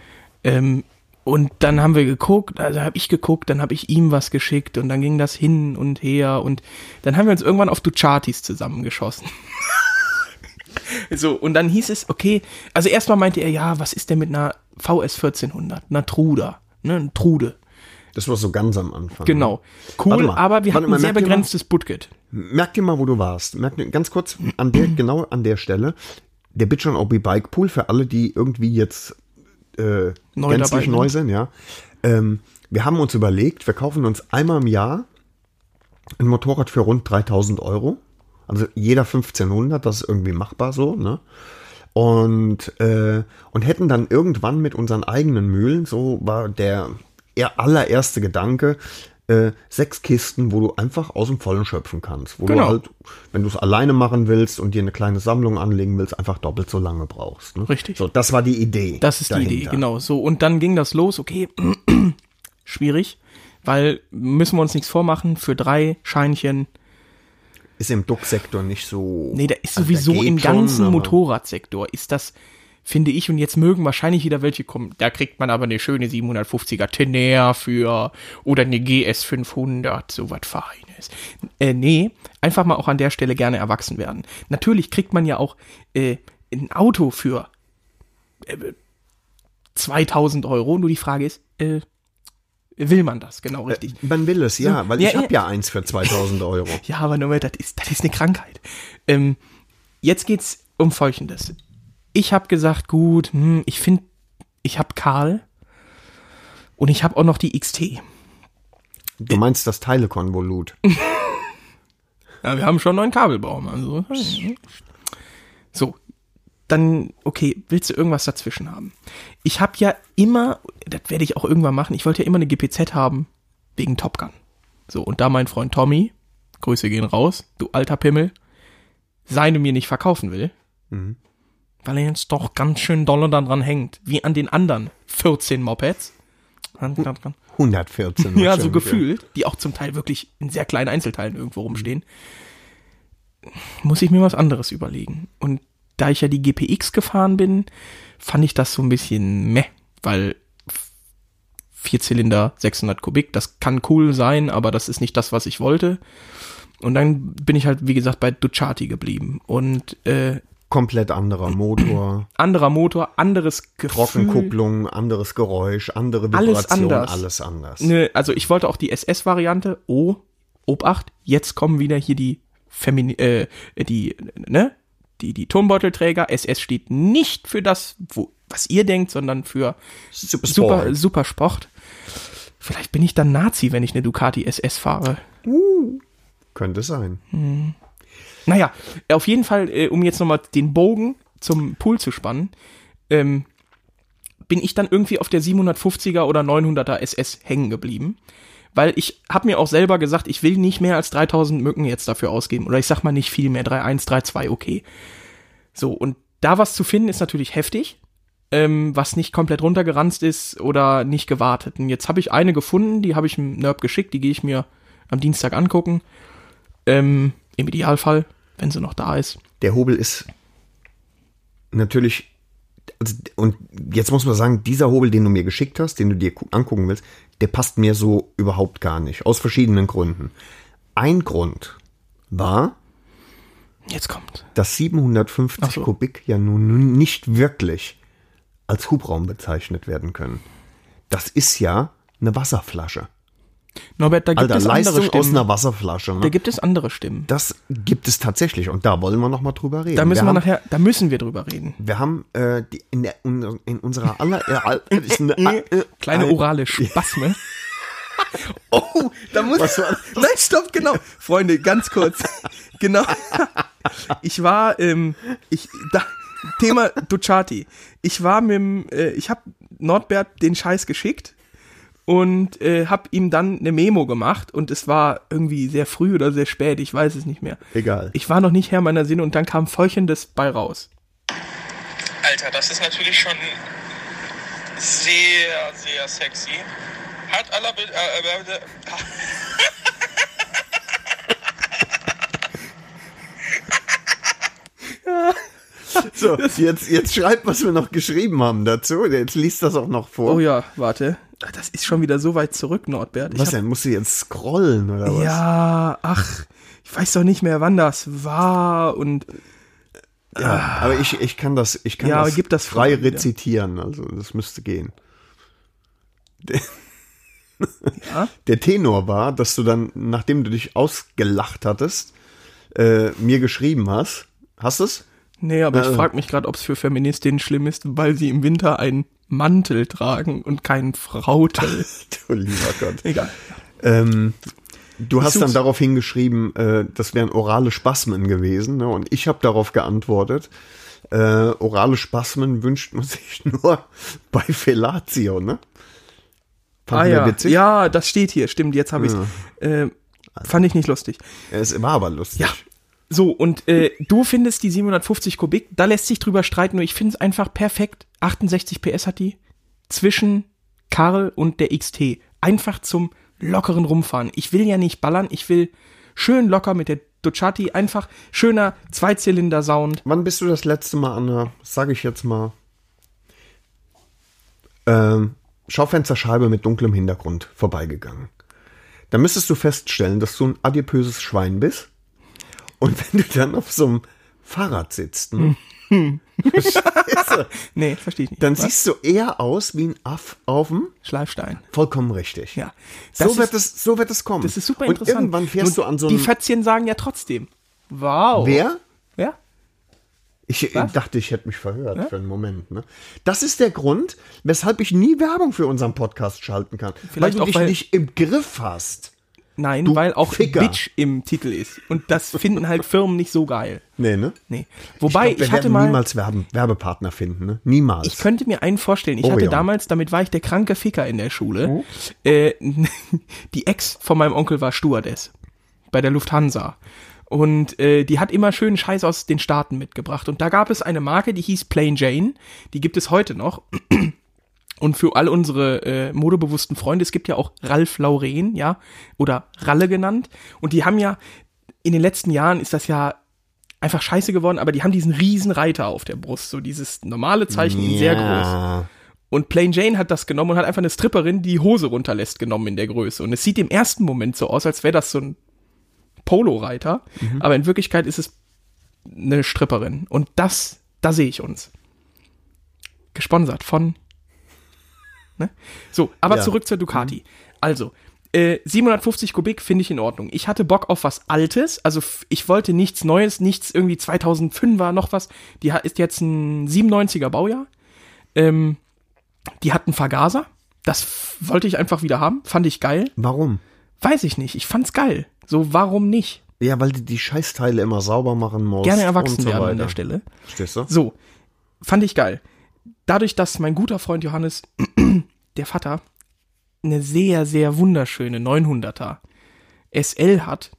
S2: Ähm, und dann haben wir geguckt, also habe ich geguckt, dann habe ich ihm was geschickt und dann ging das hin und her und dann haben wir uns irgendwann auf Ducatis zusammengeschossen. so, und dann hieß es, okay, also erstmal meinte er, ja, was ist denn mit einer VS 1400, einer Truder, ne, eine Trude.
S3: Das war so ganz am Anfang.
S2: Genau. Cool,
S3: Warte mal,
S2: aber wir
S3: warte
S2: hatten
S3: mal,
S2: ein sehr
S3: merkt ihr mal-
S2: begrenztes Budget.
S3: Merk dir mal, wo du warst. Merk dir, ganz kurz, an der, genau an der Stelle, der Bitch on OB Bike Pool, für alle, die irgendwie jetzt äh,
S2: Neu dabei
S3: gänzlich
S2: sind.
S3: neu sind, ja. Ähm, wir haben uns überlegt, wir kaufen uns einmal im Jahr ein Motorrad für rund 3000 Euro. Also jeder 1500, das ist irgendwie machbar so, ne? Und, äh, und hätten dann irgendwann mit unseren eigenen Mühlen, so war der er- allererste Gedanke, äh, sechs Kisten, wo du einfach aus dem Vollen schöpfen kannst. Wo
S2: Genau.
S3: du halt, wenn du es alleine machen willst und dir eine kleine Sammlung anlegen willst, einfach doppelt so lange brauchst. Ne?
S2: Richtig.
S3: So, das war die Idee.
S2: Das ist die Idee,
S3: dahinter.
S2: genau. So, und dann ging das los, okay, schwierig, weil müssen wir uns nichts vormachen, für drei Scheinchen.
S3: Ist im Ducksektor nicht so.
S2: Nee, da ist
S3: also
S2: sowieso
S3: geht
S2: im
S3: schon,
S2: ganzen
S3: aber-
S2: Motorradsektor ist das, finde ich, und jetzt mögen wahrscheinlich wieder welche kommen, da kriegt man aber eine schöne 750er Tenere für oder eine GS500, so was Feines. Äh, nee, einfach mal auch an der Stelle gerne erwachsen werden. Natürlich kriegt man ja auch äh, ein Auto für 2000 Euro. Nur die Frage ist, äh, will man das? Genau richtig.
S3: Man will es, ja, weil
S2: Ja,
S3: ich habe
S2: ja.
S3: ja eins für 2000 Euro.
S2: Ja, aber nur, das ist, das ist eine Krankheit. Ähm, jetzt geht's um Folgendes. Ich habe gesagt, gut, hm, ich finde, ich habe Karl und ich habe auch noch die XT.
S3: Du meinst das Teilekonvolut.
S2: Ja, wir haben schon einen neuen Kabelbaum. Also. So, dann, okay, willst du irgendwas dazwischen haben? Ich habe ja immer, das werde ich auch irgendwann machen, ich wollte ja immer eine GPZ haben, wegen Top Gun. So, und da mein Freund Tommy, Grüße gehen raus, du alter Pimmel, seine mir nicht verkaufen will, weil er jetzt doch ganz schön doll daran hängt, wie an den anderen 14 Mopeds.
S3: 114.
S2: Ja, so
S3: bestimmt,
S2: gefühlt, die auch zum Teil wirklich in sehr kleinen Einzelteilen irgendwo rumstehen, muss ich mir was anderes überlegen. Und da ich ja die GPX gefahren bin, fand ich das so ein bisschen meh, weil Vierzylinder, 600 Kubik, das kann cool sein, aber das ist nicht das, was ich wollte. Und dann bin ich halt, wie gesagt, bei Ducati geblieben. Und äh,
S3: Komplett anderer Motor,
S2: anderer Motor, anderes Gefühl.
S3: Trockenkupplung, anderes Geräusch, andere
S2: Alles
S3: Vibration,
S2: anders.
S3: alles anders.
S2: Ne, also ich wollte auch die SS-Variante. Oh, Obacht, jetzt kommen wieder hier die Femini äh, die, ne? Die, die Turmbeutelträger. SS steht nicht für das, wo, was ihr denkt, sondern für
S3: Super
S2: super,
S3: Sport.
S2: super Sport. Vielleicht bin ich dann Nazi, wenn ich eine Ducati SS fahre.
S3: Könnte sein.
S2: Naja, auf jeden Fall, äh, um jetzt nochmal den Bogen zum Pool zu spannen, ähm, bin ich dann irgendwie auf der 750er oder 900er SS hängen geblieben. Weil ich habe mir auch selber gesagt, ich will nicht mehr als 3000 Mücken jetzt dafür ausgeben. Oder ich sag mal nicht viel mehr, 3,1, 3,2, okay. So, und da was zu finden ist natürlich heftig. Ähm, was nicht komplett runtergeranzt ist oder nicht gewartet. Und jetzt habe ich eine gefunden, die habe ich im Nerb geschickt, die gehe ich mir am Dienstag angucken. Ähm, Im Idealfall, wenn sie noch da ist.
S3: Der Hobel ist natürlich. Also, und jetzt muss man sagen, dieser Hobel, den du mir geschickt hast, den du dir gu- angucken willst, der passt mir so überhaupt gar nicht. Aus verschiedenen Gründen. Ein Grund war,
S2: Jetzt kommt.
S3: dass 750
S2: Ach so.
S3: Kubik ja nun, nun nicht wirklich als Hubraum bezeichnet werden können. Das ist ja eine Wasserflasche.
S2: Norbert, da gibt
S3: Alter,
S2: es andere
S3: Leistung aus
S2: Stimmen.
S3: einer Wasserflasche.
S2: Da
S3: Ne?
S2: gibt es andere Stimmen.
S3: Das gibt es tatsächlich und da wollen wir noch mal drüber reden.
S2: Da müssen wir
S3: wir, haben,
S2: nachher, da müssen wir drüber reden.
S3: wir haben äh, die, in, der, un- in unserer aller äh, all- ist eine- äh,
S2: Kleine
S3: all-
S2: orale Spasme. Oh, da muss
S3: Was war
S2: Nein, stopp, genau. Freunde, ganz kurz. Genau. Ich war, ähm, ich, da, Thema Ducati. Ich war mit dem, äh, ich habe Nordbert den Scheiß geschickt und äh, habe ihm dann eine Memo gemacht und es war irgendwie sehr früh oder sehr spät, ich weiß es nicht mehr.
S3: Egal.
S2: Ich war noch nicht Herr meiner Sinne und dann kam Folgendes bei raus.
S4: Alter, das ist natürlich schon sehr, sehr sexy. Hat aller Be- äh, äh, äh,
S3: So, jetzt, jetzt schreibt, was wir noch geschrieben haben dazu. Jetzt liest das auch noch vor.
S2: Oh ja, warte. Ah, Das ist schon wieder so weit zurück, Nordbert. Ich
S3: Was
S2: hab-
S3: denn? Musst du jetzt scrollen oder was?
S2: Ja, ach, ich weiß doch nicht mehr, wann das war und
S3: Ja, aber ich, ich kann das, ich
S2: Ah.
S3: kann
S2: Ja, aber
S3: das,
S2: gib das
S3: frei
S2: frei wieder.
S3: rezitieren, also das müsste gehen.
S2: Ja?
S3: Der, der Tenor war, dass du dann, nachdem du dich ausgelacht hattest, äh, mir geschrieben hast. Hast du es?
S2: nee, aber
S3: Äh.
S2: ich frage mich gerade, ob es für Feministinnen schlimm ist, weil sie im Winter einen Mantel tragen und keinen Frautel.
S3: Du Oh, lieber Gott.
S2: Egal.
S3: Ähm, du hast dann
S2: such's.
S3: darauf hingeschrieben, äh, das wären orale Spasmen gewesen. Ne? Und ich habe darauf geantwortet, äh, orale Spasmen wünscht man sich nur bei Fellatio. Ne? Fanden
S2: Ah
S3: wir
S2: ja,
S3: witzig?
S2: ja, das steht hier, stimmt, jetzt habe ich's. Äh, fand ich nicht lustig.
S3: Es war aber lustig.
S2: Ja. So, und äh, du findest die 750 Kubik, da lässt sich drüber streiten, nur ich finde es einfach perfekt. 68 PS hat die zwischen Karl und der XT. Einfach zum lockeren Rumfahren. Ich will ja nicht ballern, ich will schön locker mit der Ducati, einfach schöner Zweizylinder-Sound.
S3: Wann bist du das letzte Mal an der, sag ich jetzt mal, ähm, Schaufensterscheibe mit dunklem Hintergrund vorbeigegangen? Da müsstest du feststellen, dass du ein adipöses Schwein bist. Und wenn du dann auf so einem Fahrrad sitzt,
S2: Hm,
S3: ne,
S2: Nee, verstehe ich nicht.
S3: dann
S2: Was?
S3: siehst du eher aus wie ein Aff auf dem
S2: Schleifstein.
S3: vollkommen richtig.
S2: Ja.
S3: So
S2: Das
S3: wird,
S2: ist-
S3: es, so wird es kommen.
S2: Das ist super
S3: Und
S2: interessant.
S3: irgendwann fährst
S2: Nur
S3: du an so
S2: Die
S3: einem...
S2: Fätzchen sagen ja trotzdem. Wow.
S3: Wer?
S2: Ja.
S3: Ich äh,
S2: Was?
S3: dachte, ich hätte mich verhört für einen Moment. Ne? Das ist der Grund, weshalb ich nie Werbung für unseren Podcast schalten kann.
S2: Vielleicht
S3: weil du
S2: auch,
S3: dich
S2: weil-
S3: nicht im Griff hast.
S2: Nein,
S3: Du
S2: weil auch
S3: Ficker.
S2: Bitch im Titel ist. Und das finden halt Firmen nicht so geil.
S3: Nee, ne?
S2: Nee. Wobei, ich,
S3: wir
S2: hatte
S3: werden
S2: mal.
S3: niemals Werben, Werbepartner finden, ne? Niemals.
S2: Ich könnte mir einen vorstellen. Ich hatte
S3: Orion.
S2: damals, damit war ich der kranke Ficker in der
S3: Oh.
S2: Schule. Äh, die Ex von meinem Onkel war Stewardess bei der Lufthansa. Und äh, die hat immer schönen Scheiß aus den Staaten mitgebracht. Und da gab es eine Marke, die hieß Plain Jane. Die gibt es heute noch. Und für all unsere äh, modebewussten Freunde, es gibt ja auch Ralf Lauren, ja, oder Ralle genannt. Und die haben ja, in den letzten Jahren ist das ja einfach scheiße geworden, aber die haben diesen riesen Reiter auf der Brust, so dieses normale Zeichen in sehr groß.
S3: Ja.
S2: Und Plain Jane hat das genommen und hat einfach eine Stripperin, die die Hose runterlässt, genommen in der Größe. Und es sieht im ersten Moment so aus, als wäre das so ein Polo-Reiter. Aber in Wirklichkeit ist es eine Stripperin. Und das, da sehe ich uns. Gesponsert von. Ne? So, aber
S3: Ja.
S2: zurück zur Ducati. Also, äh, 750 Kubik finde ich in Ordnung. Ich hatte Bock auf was Altes. Also, f- ich wollte nichts Neues, nichts irgendwie 2005er, noch was. Die ha- ist jetzt ein 97er Baujahr. Ähm, die hatten Vergaser. Das f- wollte ich einfach wieder haben. Fand ich geil.
S3: Warum?
S2: Weiß ich nicht. Ich fand's geil. So, warum nicht?
S3: Ja, weil du die Scheißteile immer sauber machen musst.
S2: Gerne erwachsen
S3: und so
S2: werden
S3: weiter.
S2: an der Stelle.
S3: Verstehst du?
S2: So, fand ich geil. Dadurch, dass mein guter Freund Johannes, der Vater, eine sehr, sehr wunderschöne 900er SL hat,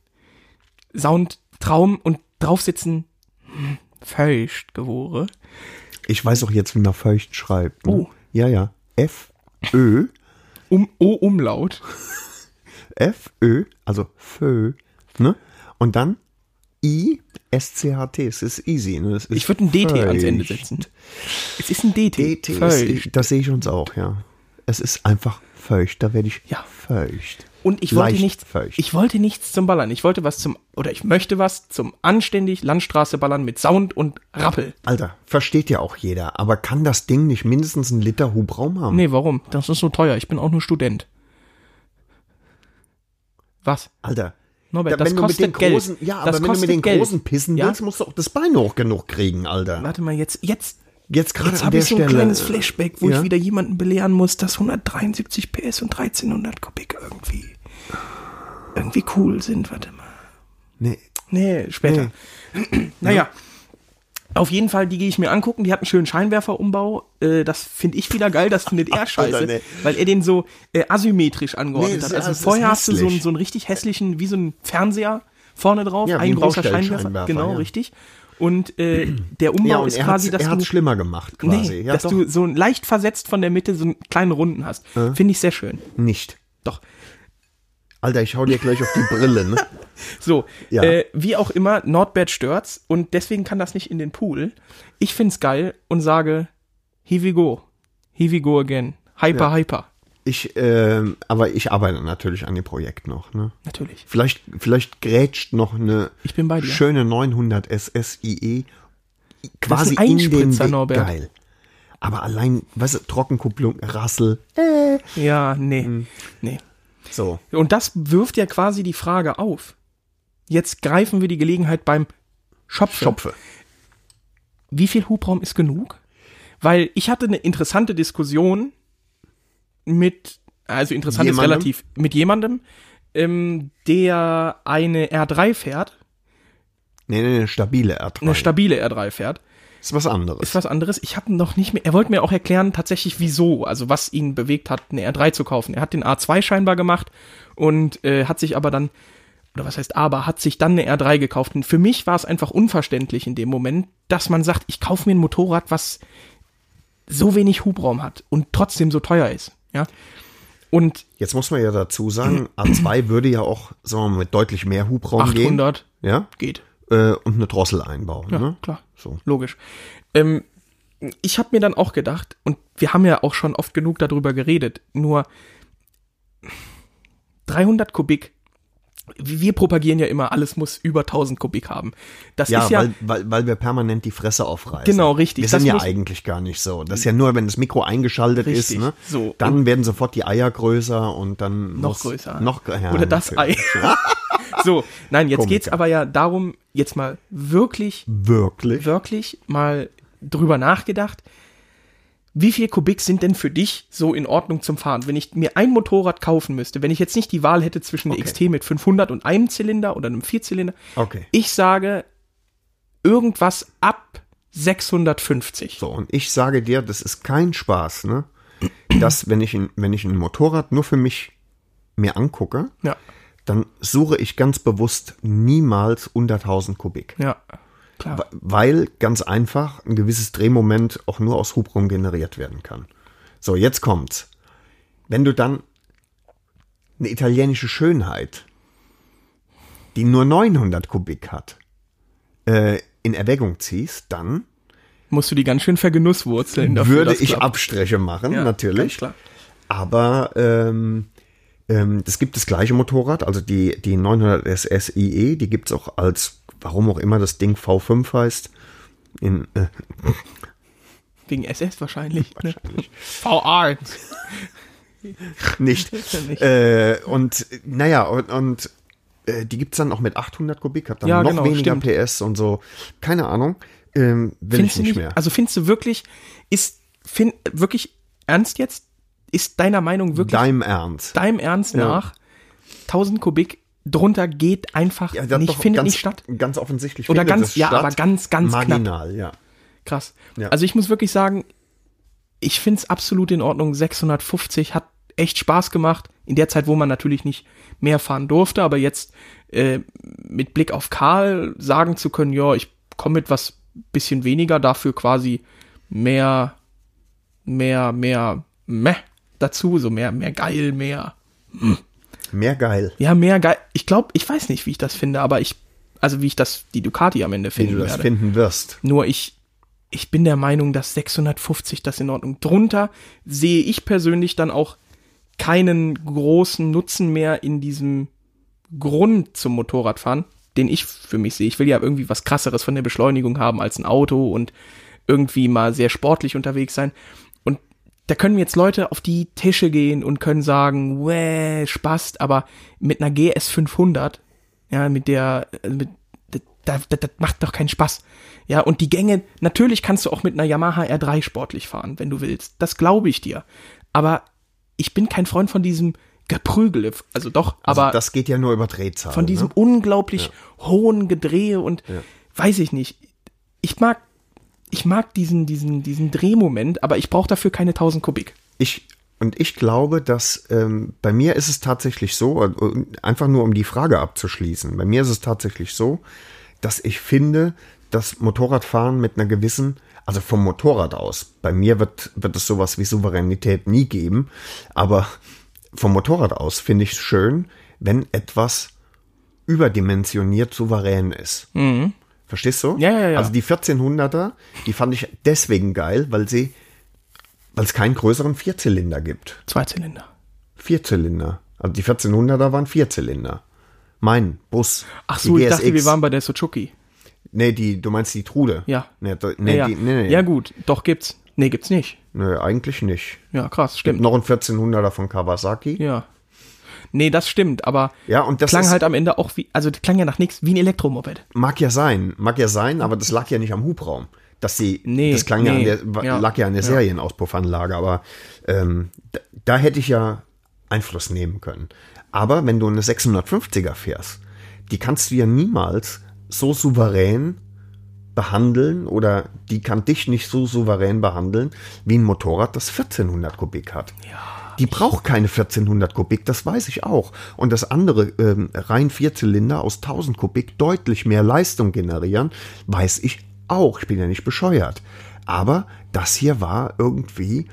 S2: Sound, Traum und draufsitzen, hm, feucht gewore.
S3: Ich weiß auch jetzt, wie man feucht schreibt. Ne?
S2: Oh.
S3: Ja, ja. F, Ö,
S2: Um, oh, Umlaut.
S3: F, Ö, also Fö, ne? Und dann I, S, C, H, T. Es ist easy, ne? Es ist
S2: Ich würde ein DT ans Ende
S3: feucht.
S2: setzen. Es ist ein DT.
S3: DT,
S2: Feucht.
S3: ist, das sehe ich uns auch, ja. Es ist einfach feucht. Da werde ich
S2: Ja.
S3: feucht.
S2: Und ich wollte
S3: Leicht
S2: nichts,
S3: feucht.
S2: ich wollte nichts zum Ballern. Ich wollte was zum, oder ich möchte was zum anständig Landstraße ballern mit Sound und Rappel.
S3: Alter, versteht ja auch jeder. Aber kann das Ding nicht mindestens einen Liter Hubraum haben?
S2: Nee, warum? Das ist so teuer. Ich bin auch nur Student. Was?
S3: Alter.
S2: Norbert,
S3: da-
S2: das
S3: wenn du mit den
S2: kostet Geld.
S3: großen, ja,
S2: Das
S3: aber wenn du
S2: kostet
S3: mit den
S2: Geld.
S3: großen pissen
S2: Ja?
S3: willst, musst du auch das Bein hoch genug kriegen, Alter.
S2: Warte mal, jetzt, jetzt,
S3: Jetzt gerade
S2: jetzt
S3: an
S2: habe
S3: der
S2: ich so ein
S3: Stelle. äh,
S2: kleines Flashback, wo
S3: ja?
S2: ich wieder jemanden belehren muss, dass 173 PS und 1300 Kubik irgendwie, irgendwie cool sind. Warte mal.
S3: Nee,
S2: Nee, später. naja. Auf jeden Fall, die gehe ich mir angucken. Die hat einen schönen Scheinwerferumbau. Äh, das finde ich wieder geil. Das findet er scheiße,
S3: Alter, nee.
S2: weil er den so äh, asymmetrisch angeordnet
S3: Nee,
S2: hat.
S3: ja,
S2: Also
S3: es ist
S2: vorher hast du so einen,
S3: hässlich.
S2: so einen richtig hässlichen, wie so einen Fernseher vorne drauf,
S3: Ja, wie
S2: ein
S3: ein
S2: großer
S3: Baustellenscheinwerfer,
S2: Scheinwerfer. Genau,
S3: ja.
S2: richtig. Und äh, der Umbau
S3: ja, und
S2: ist
S3: er
S2: quasi,
S3: hat
S2: dass
S3: er hat's
S2: du
S3: schlimmer gemacht quasi.
S2: nee,
S3: ja,
S2: dass
S3: doch,
S2: du so ein leicht versetzt von der Mitte so einen kleinen Runden hast. Finde ich sehr schön.
S3: nicht.
S2: Doch.
S3: Alter, ich hau dir gleich auf die Brille, ne?
S2: So,
S3: Ja.
S2: äh, wie auch immer, Nordbad stört's und deswegen kann das nicht in den Pool. Ich find's geil und sage, here we go. Here we go again. Hyper, hyper.
S3: Ich, ähm, aber ich arbeite natürlich an dem Projekt noch, ne?
S2: Natürlich.
S3: Vielleicht, vielleicht grätscht noch eine
S2: Ich bin bei dir.
S3: schöne 900 SSIE
S2: Das
S3: E quasi
S2: ist ein
S3: in den
S2: Einspritzer,
S3: Weg-
S2: Norbert.
S3: Geil. Aber allein, weißt du, Trockenkupplung, Rassel,
S2: Ja, nee.
S3: Mhm.
S2: Nee.
S3: so.
S2: Und das wirft ja quasi die Frage auf. Jetzt greifen wir die Gelegenheit beim Schopfen.
S3: Schopfe.
S2: Wie viel Hubraum ist genug? Weil ich hatte eine interessante Diskussion mit, also interessant
S3: Jemandem?
S2: ist relativ, mit jemandem, ähm, der eine R3 fährt
S3: Nee, nee, nee, stabile Erdbeere.
S2: eine stabile R3 fährt.
S3: ist was anderes.
S2: Ist was anderes. Ich habe noch nicht mehr. Er wollte mir auch erklären, tatsächlich wieso, also was ihn bewegt hat, eine R3 zu kaufen. Er hat den A2 scheinbar gemacht und äh, hat sich aber dann, oder was heißt aber, hat sich dann eine R3 gekauft. Und für mich war es einfach unverständlich in dem Moment, dass man sagt, ich kaufe mir ein Motorrad, was so wenig Hubraum hat und trotzdem so teuer ist. Ja. Und
S3: Jetzt muss man ja dazu sagen, A2 würde ja auch, sagen wir mal, mit deutlich mehr Hubraum
S2: 800
S3: gehen. Ja.
S2: geht.
S3: Äh, und eine Drossel einbauen.
S2: Ja,
S3: ne?
S2: klar.
S3: So.
S2: Logisch. Ähm, ich habe mir dann auch gedacht, und wir haben ja auch schon oft genug darüber geredet, nur 300 Kubik. Wir propagieren ja immer, alles muss über 1000 Kubik haben. Das
S3: Ja,
S2: ist ja.
S3: weil, weil, weil wir permanent die Fresse aufreißen.
S2: Genau, richtig.
S3: Wir sind
S2: Das
S3: ja
S2: muss-
S3: eigentlich gar nicht so. Das ist ja nur, wenn das Mikro eingeschaltet
S2: Richtig,
S3: ist, ne?
S2: so.
S3: dann werden sofort die Eier größer und dann
S2: noch
S3: muss-
S2: größer.
S3: Noch, gr- ja,
S2: Oder das Ei.
S3: natürlich.
S2: so, nein, jetzt geht's
S3: Komiker.
S2: aber ja darum, jetzt mal wirklich
S3: Wirklich?
S2: wirklich mal drüber nachgedacht, wie viel Kubik sind denn für dich so in Ordnung zum Fahren? Wenn ich mir ein Motorrad kaufen müsste, wenn ich jetzt nicht die Wahl hätte zwischen der
S3: Okay.
S2: XT mit 500 und einem Zylinder oder einem Vierzylinder,
S3: Okay.
S2: ich sage irgendwas ab 650.
S3: So, und ich sage dir, das ist kein Spaß, ne? Dass, wenn ich, ein- wenn ich ein Motorrad nur für mich mir angucke,
S2: Ja,
S3: dann suche ich ganz bewusst niemals unter 1000 Kubik.
S2: ja, klar.
S3: We- Weil ganz einfach ein gewisses Drehmoment auch nur aus Hubraum generiert werden kann. So, jetzt kommt's. Wenn du dann eine italienische Schönheit, die nur 900 Kubik hat, äh, in Erwägung ziehst, dann
S2: Musst du die ganz schön vergenusswurzeln. dafür,
S3: würde
S2: dass
S3: ich
S2: klappt.
S3: Abstriche machen,
S2: Ja, ganz
S3: natürlich.
S2: Klar.
S3: Aber ähm, ähm, es gibt das gleiche Motorrad, also die, die 900 SSIE, E, die gibt's auch als, warum auch immer das Ding V5 heißt, in, äh,
S2: Wegen SS wahrscheinlich. ne? wahrscheinlich. VR.
S3: nicht. äh, und äh, naja, und, und äh, die gibt's dann auch mit 800 Kubik, hat dann
S2: Ja,
S3: noch
S2: genau,
S3: weniger
S2: stimmt.
S3: PS und so. Keine Ahnung, ähm, will
S2: Findest
S3: ich
S2: du
S3: nicht,
S2: nicht,
S3: mehr.
S2: Also findest du wirklich, ist, find, wirklich ernst jetzt? Ist deiner Meinung wirklich
S3: Deinem Ernst.
S2: deinem Ernst nach 1000 Kubik drunter geht einfach
S3: das
S2: nicht,
S3: doch
S2: findet
S3: ganz,
S2: nicht statt?
S3: Ganz offensichtlich
S2: Oder
S3: findet
S2: ganz-
S3: das
S2: ja,
S3: statt.
S2: aber ganz, ganz knapp.
S3: Marginal, ja.
S2: Krass.
S3: Ja.
S2: Also ich muss wirklich sagen, ich finde es absolut in Ordnung. 650 hat echt Spaß gemacht. In der Zeit, wo man natürlich nicht mehr fahren durfte, aber jetzt äh, mit Blick auf Karl sagen zu können, ja, ich komme mit was bisschen weniger, dafür quasi mehr, mehr, mehr, meh dazu, so mehr, mehr geil, mehr.
S3: Mehr geil.
S2: Ja, mehr geil. Ich glaube, ich weiß nicht, wie ich das finde, aber ich, also wie ich das, die Ducati am Ende
S3: wie
S2: finden
S3: du das
S2: werde.
S3: finden wirst.
S2: Nur ich Ich bin der Meinung, dass 650 das in Ordnung. Drunter sehe ich persönlich dann auch keinen großen Nutzen mehr in diesem Grund zum Motorradfahren, den ich für mich sehe. Ich will ja irgendwie was krasseres von der Beschleunigung haben als ein Auto und irgendwie mal sehr sportlich unterwegs sein. Und da können jetzt Leute auf die Tische gehen und können sagen, wäh, Spaß, aber mit einer GS 500, ja, mit der, äh, mit, da, da, das macht doch keinen Spaß. Ja, und die Gänge, natürlich kannst du auch mit einer Yamaha R3 sportlich fahren, wenn du willst. Das glaube ich dir. Aber ich bin kein Freund von diesem Geprügel, also doch,
S3: Also
S2: aber
S3: das geht ja nur über Drehzahlen.
S2: von diesem
S3: ne?
S2: unglaublich hohen Gedrehe und weiß ich nicht. Ich mag, ich mag diesen, diesen, diesen Drehmoment, aber ich brauche dafür keine 1000 Kubik.
S3: Ich, und ich glaube, dass ähm, bei mir ist es tatsächlich so, äh, einfach nur um die Frage abzuschließen, bei mir ist es tatsächlich so, dass ich finde, dass Motorradfahren mit einer gewissen, also vom Motorrad aus, bei mir wird, wird es sowas wie Souveränität nie geben, aber vom Motorrad aus finde ich es schön, wenn etwas überdimensioniert souverän ist. Verstehst du?
S2: Mhm. Ja, ja, ja.
S3: Also die 1400er, die fand ich deswegen geil, weil sie, weil es keinen größeren Vierzylinder gibt.
S2: Zweizylinder.
S3: Vierzylinder. Also die 1400er waren Vierzylinder. Mein Bus.
S2: Ach
S3: die
S2: so, ich
S3: GSX.
S2: dachte, wir waren bei der Suzuki.
S3: Nee, die, du meinst die Trude?
S2: Ja.
S3: Nee, da- nee,
S2: ja,
S3: Die,
S2: ja.
S3: nee, nee.
S2: ja, gut, doch gibt's. Nee, gibt's nicht.
S3: Nö, eigentlich nicht.
S2: Ja, krass, stimmt.
S3: Noch ein 1400er von Kawasaki.
S2: Ja. Nee, das stimmt, aber
S3: Ja, und das
S2: klang
S3: ist-
S2: halt am Ende auch wie, also das klang ja nach nichts, wie ein Elektromoped.
S3: Mag ja sein, mag ja sein, aber das lag ja nicht am Hubraum. Dass sie,
S2: Nee,
S3: das klang
S2: nee,
S3: ja an der,
S2: ja,
S3: lag ja an der
S2: ja.
S3: Serienauspuffanlage, aber ähm, da, da hätte ich ja Einfluss nehmen können. Aber wenn du eine 650er fährst, die kannst du ja niemals so souverän behandeln oder die kann dich nicht so souverän behandeln wie ein Motorrad, das 1400 Kubik hat. Die braucht keine 1400 Kubik, das weiß ich auch. Und das andere, ähm, rein Vierzylinder aus 1000 Kubik deutlich mehr Leistung generieren, weiß ich auch. Ich bin ja nicht bescheuert. Aber das hier war irgendwie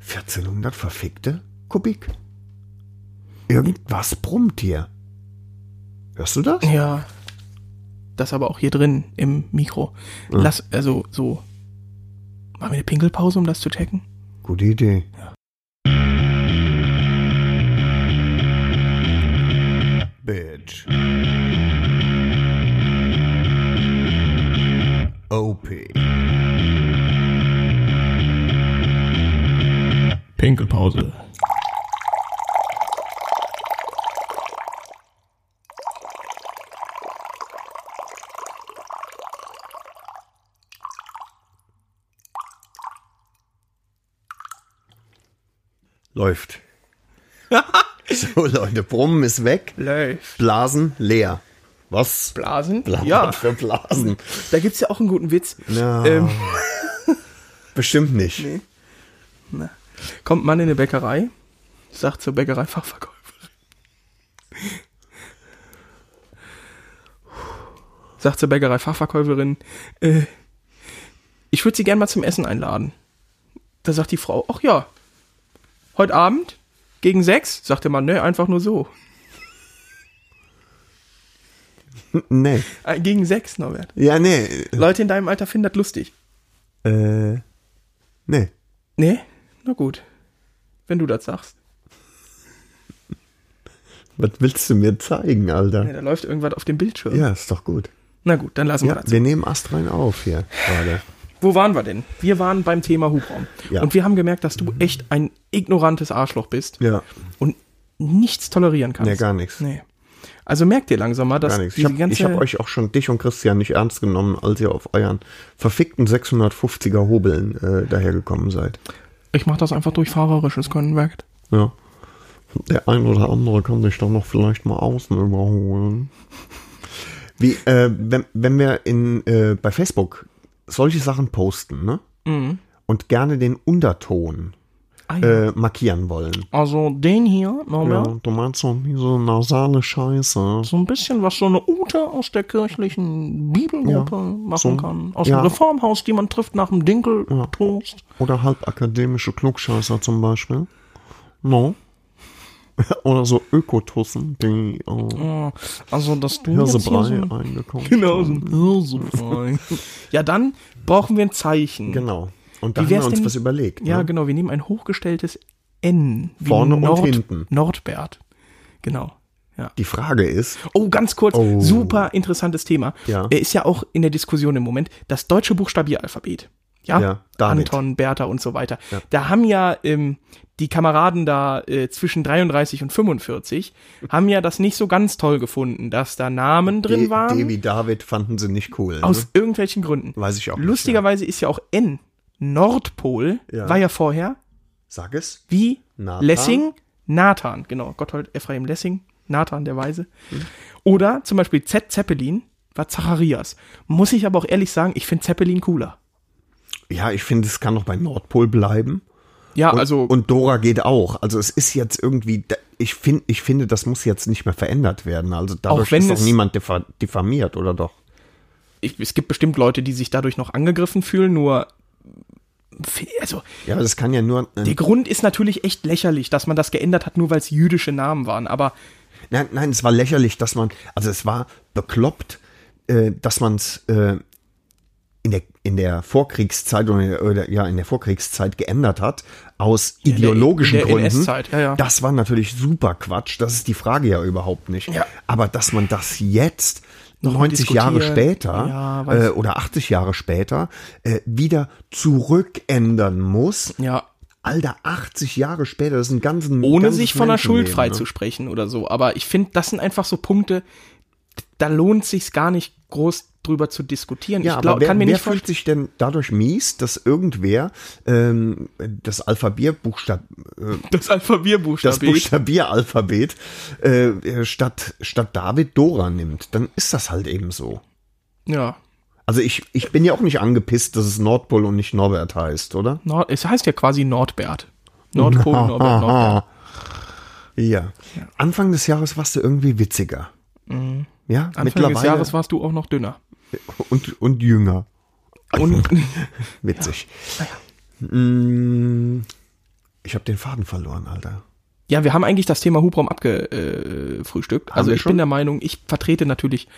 S3: 1400 verfickte Kubik. Irgendwas brummt hier. Hörst du das?
S2: Ja. Das aber auch hier drin im Mikro. Lass, also so. Machen wir eine Pinkelpause, um das zu checken?
S3: Gute Idee.
S1: Bitch. OP.
S5: Pinkelpause.
S3: Läuft. so, Leute, Brummen ist weg.
S2: Läuft.
S3: Blasen leer. Was?
S2: Blasen?
S3: Blasen
S2: Ja,
S3: für Blasen.
S2: da gibt's ja auch einen guten Witz.
S3: Ja.
S2: Ähm,
S3: Bestimmt nicht.
S2: kommt Mann in eine Bäckerei, sagt zur Bäckerei Fachverkäufer. Sagt zur Bäckerei Fachverkäuferin, äh, ich würde sie gern mal zum Essen einladen. Da sagt die Frau, ach ja, heute Abend gegen sechs? Sagt der Mann, ne, einfach nur so.
S3: Nee.
S2: Äh, gegen sechs, Norbert.
S3: Ja, nee.
S2: Leute in deinem Alter finden das lustig.
S3: Äh, nee.
S2: Nee? Ne? Na gut. Wenn du das sagst.
S3: Was willst du mir zeigen,
S2: Ja,
S3: Alter?
S2: Ne, da läuft irgendwas auf dem Bildschirm.
S3: Ja, ist doch gut.
S2: Na gut, dann lassen wir
S3: Ja,
S2: das.
S3: wir nehmen Astrein auf hier gerade.
S2: Wo waren wir denn? Wir waren beim Thema Hubraum.
S3: Ja.
S2: Und wir haben gemerkt, dass du echt ein ignorantes Arschloch bist
S3: Ja,
S2: und nichts tolerieren kannst.
S3: Nee, gar nichts.
S2: Nee. Also merkt ihr langsam mal, dass
S3: gar nichts. Ich
S2: diese
S3: habe
S2: ganze
S3: hab euch auch schon, dich und Christian, nicht ernst genommen, als ihr auf euren verfickten 650er Hobeln äh, dahergekommen seid.
S2: ich mache das einfach durch fahrerisches Konwerk.
S3: Ja. Der ein oder andere kann sich doch noch vielleicht mal außen überholen. Wie, äh, wenn, wenn wir in, äh, bei Facebook solche Sachen posten, ne?
S2: Mhm.
S3: Und gerne den Unterton
S2: Ah, ja.
S3: äh, markieren wollen.
S2: Also den hier, Norbert,
S3: du meinst so diese nasale Scheiße.
S2: so ein bisschen was so eine Ute aus der kirchlichen Bibelgruppe machen
S3: so-
S2: kann. Aus
S3: ja.
S2: dem Reformhaus, die man trifft nach dem Dinkeltoast.
S3: Oder halbakademische Klugscheißer zum Beispiel. No. Oder so Ökotussen, die oh,
S2: Oh, also, dass du jetzt hier so
S3: Hirsebrei
S2: ein-
S3: eingekauft
S2: Genau, so
S3: haben.
S2: ein Hirsebrei. Ja, dann brauchen wir ein Zeichen.
S3: Genau. Und da
S2: Wie
S3: haben wir
S2: wär's
S3: uns
S2: denn-
S3: was überlegt.
S2: Ja,
S3: ne?
S2: genau. Wir nehmen ein hochgestelltes N. wie
S3: Vorne und hinten.
S2: Nordbert. Genau. Ja.
S3: Die Frage ist,
S2: Oh, ganz kurz,
S3: Oh.
S2: super interessantes Thema.
S3: Ja.
S2: Er ist ja auch in der Diskussion im Moment. Das deutsche Buchstabieralphabet. Ja,
S3: Ja, David.
S2: Anton, Bertha und so weiter. Da haben ja ähm, die Kameraden da äh, zwischen 33 und 45 haben ja das nicht so ganz toll gefunden, dass da Namen drin
S3: De-
S2: waren.
S3: Devi David fanden sie nicht cool.
S2: Aus
S3: ne?
S2: irgendwelchen Gründen.
S3: Weiß ich auch nicht,
S2: Lustigerweise ist ja auch N, Nordpol,
S3: Ja.
S2: war ja vorher
S3: Sag es.
S2: wie
S3: Nathan.
S2: Lessing, Nathan, genau, Gotthold Ephraim Lessing, Nathan der Weise. Oder zum Beispiel Z Zeppelin war Zacharias. Muss ich aber auch ehrlich sagen, ich finde Zeppelin cooler.
S3: Ja, ich finde, es kann noch bei Nordpol bleiben.
S2: Ja,
S3: Und,
S2: also
S3: und Dora geht auch. Also es ist jetzt irgendwie, da- ich, find, ich finde, das muss jetzt nicht mehr verändert werden. Also dadurch
S2: Auch wenn
S3: ist doch
S2: es-
S3: niemand diffa- diffamiert, oder doch?
S2: ich, es gibt bestimmt Leute, die sich dadurch noch angegriffen fühlen, nur also
S3: Ja, aber das kann ja nur... Äh,
S2: der Grund ist natürlich echt lächerlich, dass man das geändert hat, nur weil es jüdische Namen waren, aber
S3: Nein, nein, es war lächerlich, dass man, also es war bekloppt, äh, dass man es äh, in, der, in der Vorkriegszeit oder, oder ja, in der Vorkriegszeit geändert hat, aus ideologischen
S2: in der
S3: Gründen.
S2: NS-Zeit, ja, ja.
S3: Das war natürlich super Quatsch, das ist die Frage ja überhaupt nicht.
S2: Ja.
S3: Aber dass man das jetzt, 90
S2: diskutieren,
S3: Jahre später
S2: ja, weiß
S3: äh, oder 80 Jahre später, äh, wieder zurückändern muss.
S2: ja,
S3: Alter, 80 Jahre später, das ist ein ne? ganzen
S2: ohne sich von der Schuld
S3: frei zu
S2: freizusprechen oder so. Aber ich finde, das sind einfach so Punkte, da lohnt sich's gar nicht groß drüber zu diskutieren.
S3: Ja,
S2: ich glaub,
S3: aber wer,
S2: kann mir
S3: wer
S2: nicht
S3: fühlt
S2: vorstellen.
S3: sich denn dadurch mies, dass irgendwer ähm, das Alphabierbuchstab, äh,
S2: Das
S3: das
S2: Alphabierbuchstabe.
S3: Buchstabieralphabet äh, äh, statt statt David Dora nimmt? Dann ist das halt eben so.
S2: Ja.
S3: Also ich, ich bin ja auch nicht angepisst, dass es Nordpol und nicht Norbert heißt, oder?
S2: Nord, es heißt ja quasi Nordbert. Nordpol, Norbert, Nordbert.
S3: Ja. Anfang des Jahres warst du irgendwie witziger. Ja,
S2: Mhm. Anfang
S3: mittlerweile
S2: des Jahres warst du auch noch dünner.
S3: und und jünger.
S2: Und
S3: Witzig. Mm, Ich habe den Faden verloren, Alter.
S2: ja, wir haben eigentlich das Thema Hubraum abgefrühstückt. Äh, frühstückt. also
S3: wir
S2: ich
S3: schon?
S2: bin der Meinung, ich vertrete natürlich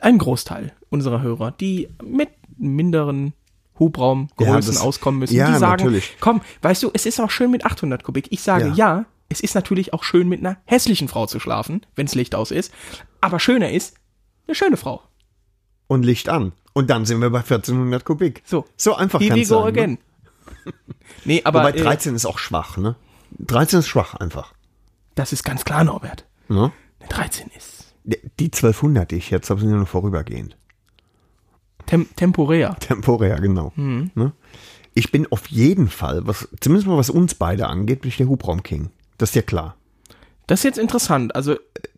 S2: einen Großteil unserer Hörer, die mit minderen Hubraumgrößen
S3: das-
S2: auskommen müssen.
S3: ja,
S2: die sagen,
S3: natürlich.
S2: komm, weißt du, es ist auch schön mit 800 Kubik. Ich sage
S3: Ja.
S2: ja, es ist natürlich auch schön mit einer hässlichen Frau zu schlafen, wenn's Licht aus ist. Aber schöner ist eine schöne Frau.
S3: und Licht an. Und dann sind wir bei 1400 Kubik.
S2: So,
S3: So einfach
S2: Here
S3: kann
S2: we
S3: es
S2: go
S3: sein. Ne?
S2: again. nee, aber
S3: Wobei
S2: äh,
S3: 13 ist auch schwach, ne? 13 ist schwach einfach.
S2: das ist ganz klar, Norbert.
S3: Ne?
S2: Eine 13 ist
S3: Die die 1200, die ich jetzt habe, sind ja nur vorübergehend.
S2: tem temporär.
S3: Temporär, genau.
S2: Hm.
S3: Ne? Ich bin auf jeden Fall, was, zumindest mal was uns beide angeht, bin ich der Hubraumking. Das ist ja klar.
S2: Das ist jetzt interessant. Also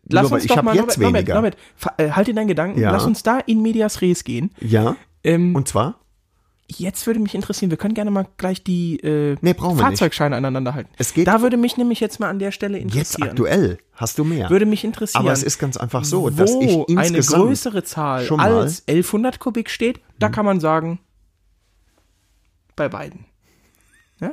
S2: lass
S3: aber
S2: uns
S3: ich
S2: doch
S3: hab
S2: mal Norbert,
S3: jetzt weniger.
S2: Norbert, Norbert, ver- äh, halt in deinen Gedanken.
S3: Ja.
S2: Lass uns da in medias res gehen.
S3: Ja.
S2: Ähm,
S3: Und zwar?
S2: jetzt würde mich interessieren, wir können gerne mal gleich die äh,
S3: Nee, brauchen wir nicht.
S2: Fahrzeugscheine aneinander halten.
S3: Es geht-
S2: da würde mich nämlich jetzt mal an der Stelle
S3: Jetzt
S2: interessieren.
S3: aktuell hast du mehr.
S2: Würde mich interessieren.
S3: Aber es ist ganz einfach so,
S2: wo
S3: dass ich
S2: eine
S3: insgesamt
S2: größere Zahl
S3: schon mal- Hm.
S2: als 1100 Kubik steht, da kann man sagen, bei beiden. Ja?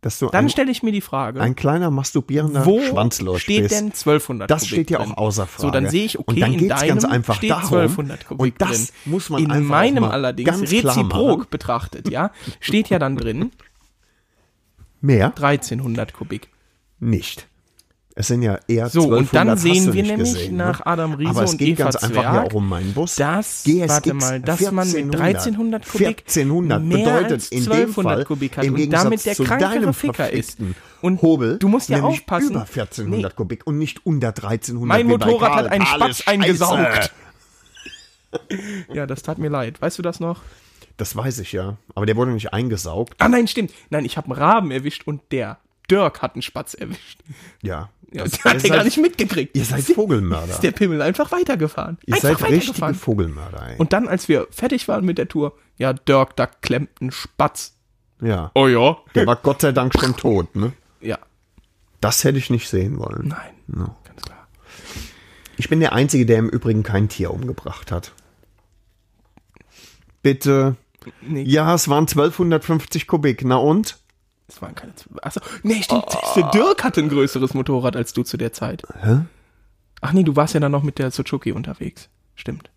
S3: dass du
S2: Dann
S3: ein,
S2: stelle ich mir die Frage,
S3: ein kleiner masturbierender
S2: wo
S3: Schwanzlorch
S2: steht
S3: bist.
S2: denn 1200
S3: Das
S2: Kubik
S3: steht ja
S2: drin?
S3: auch außer Frage.
S2: So, dann sehe ich, okay,
S3: und dann
S2: in
S3: geht's
S2: deinem
S3: ganz einfach
S2: steht
S3: darum,
S2: 1200 Kubik
S3: und das
S2: drin.
S3: muss man
S2: In
S3: einfach auch
S2: meinem
S3: mal
S2: allerdings
S3: ganz klar
S2: reziprok
S3: machen.
S2: betrachtet, ja, steht ja dann drin
S3: Mehr?
S2: 1300 Kubik.
S3: Nicht. Es sind ja eher
S2: So,
S3: 1200,
S2: und dann
S3: hast
S2: sehen
S3: du
S2: wir
S3: nicht
S2: nämlich
S3: gesehen,
S2: nach
S3: ne?
S2: Adam Riese
S3: Aber es
S2: und
S3: geht
S2: Eva
S3: ganz einfach ja
S2: Zwerg,
S3: auch um meinen Bus.
S2: dass-
S3: GSX
S2: warte mal, dass man mit 1300 Kubik
S3: 1400
S2: mehr
S3: bedeutet
S2: als
S3: in dem
S2: 1200
S3: Fall,
S2: Kubik hat
S3: im
S2: und
S3: Gegensatz
S2: damit der
S3: zu
S2: krankere
S3: deinem
S2: Ficker ist.
S3: verfickten
S2: Und
S3: Hobel,
S2: du musst ja
S3: nämlich
S2: aufpassen.
S3: über 1400
S2: Nee.
S3: Kubik und nicht unter 1300
S2: Mein
S3: wie bei
S2: Motorrad hat
S3: Karl.
S2: einen
S3: Alles
S2: Spatz eingesaugt.
S3: Scheiße.
S2: Ja, das tat mir leid. Weißt du das noch?
S3: Das weiß ich ja, aber der wurde nicht eingesaugt.
S2: Ah nein, stimmt. Nein, ich habe einen Raben erwischt und der Dirk hat einen Spatz erwischt.
S3: Ja.
S2: Ja,
S3: Das-
S2: der hat
S3: ihr
S2: den
S3: seid-
S2: gar nicht mitgekriegt.
S3: Ihr seid
S2: ist
S3: Vogelmörder.
S2: der Pimmel einfach weitergefahren.
S3: Ihr
S2: einfach
S3: seid richtige Vogelmörder, ey.
S2: Und dann, als wir fertig waren mit der Tour, ja, Dirk, da klemmt ein Spatz.
S3: ja.
S2: Oh ja?
S3: Der war Gott sei Dank schon tot, ne?
S2: Ja.
S3: Das hätte ich nicht sehen wollen.
S2: Nein. Ganz klar.
S3: Ich bin der Einzige, der im Übrigen kein Tier umgebracht hat. Bitte.
S2: Nee.
S3: Ja, es waren 1250 Kubik. Na und?
S2: Es waren keine zwei. Achso, nee, stimmt.
S3: Oh.
S2: Der Dirk hatte ein größeres Motorrad als du zu der Zeit.
S3: Hä?
S2: Ach nee, du warst ja dann noch mit der Suzuki unterwegs. Stimmt.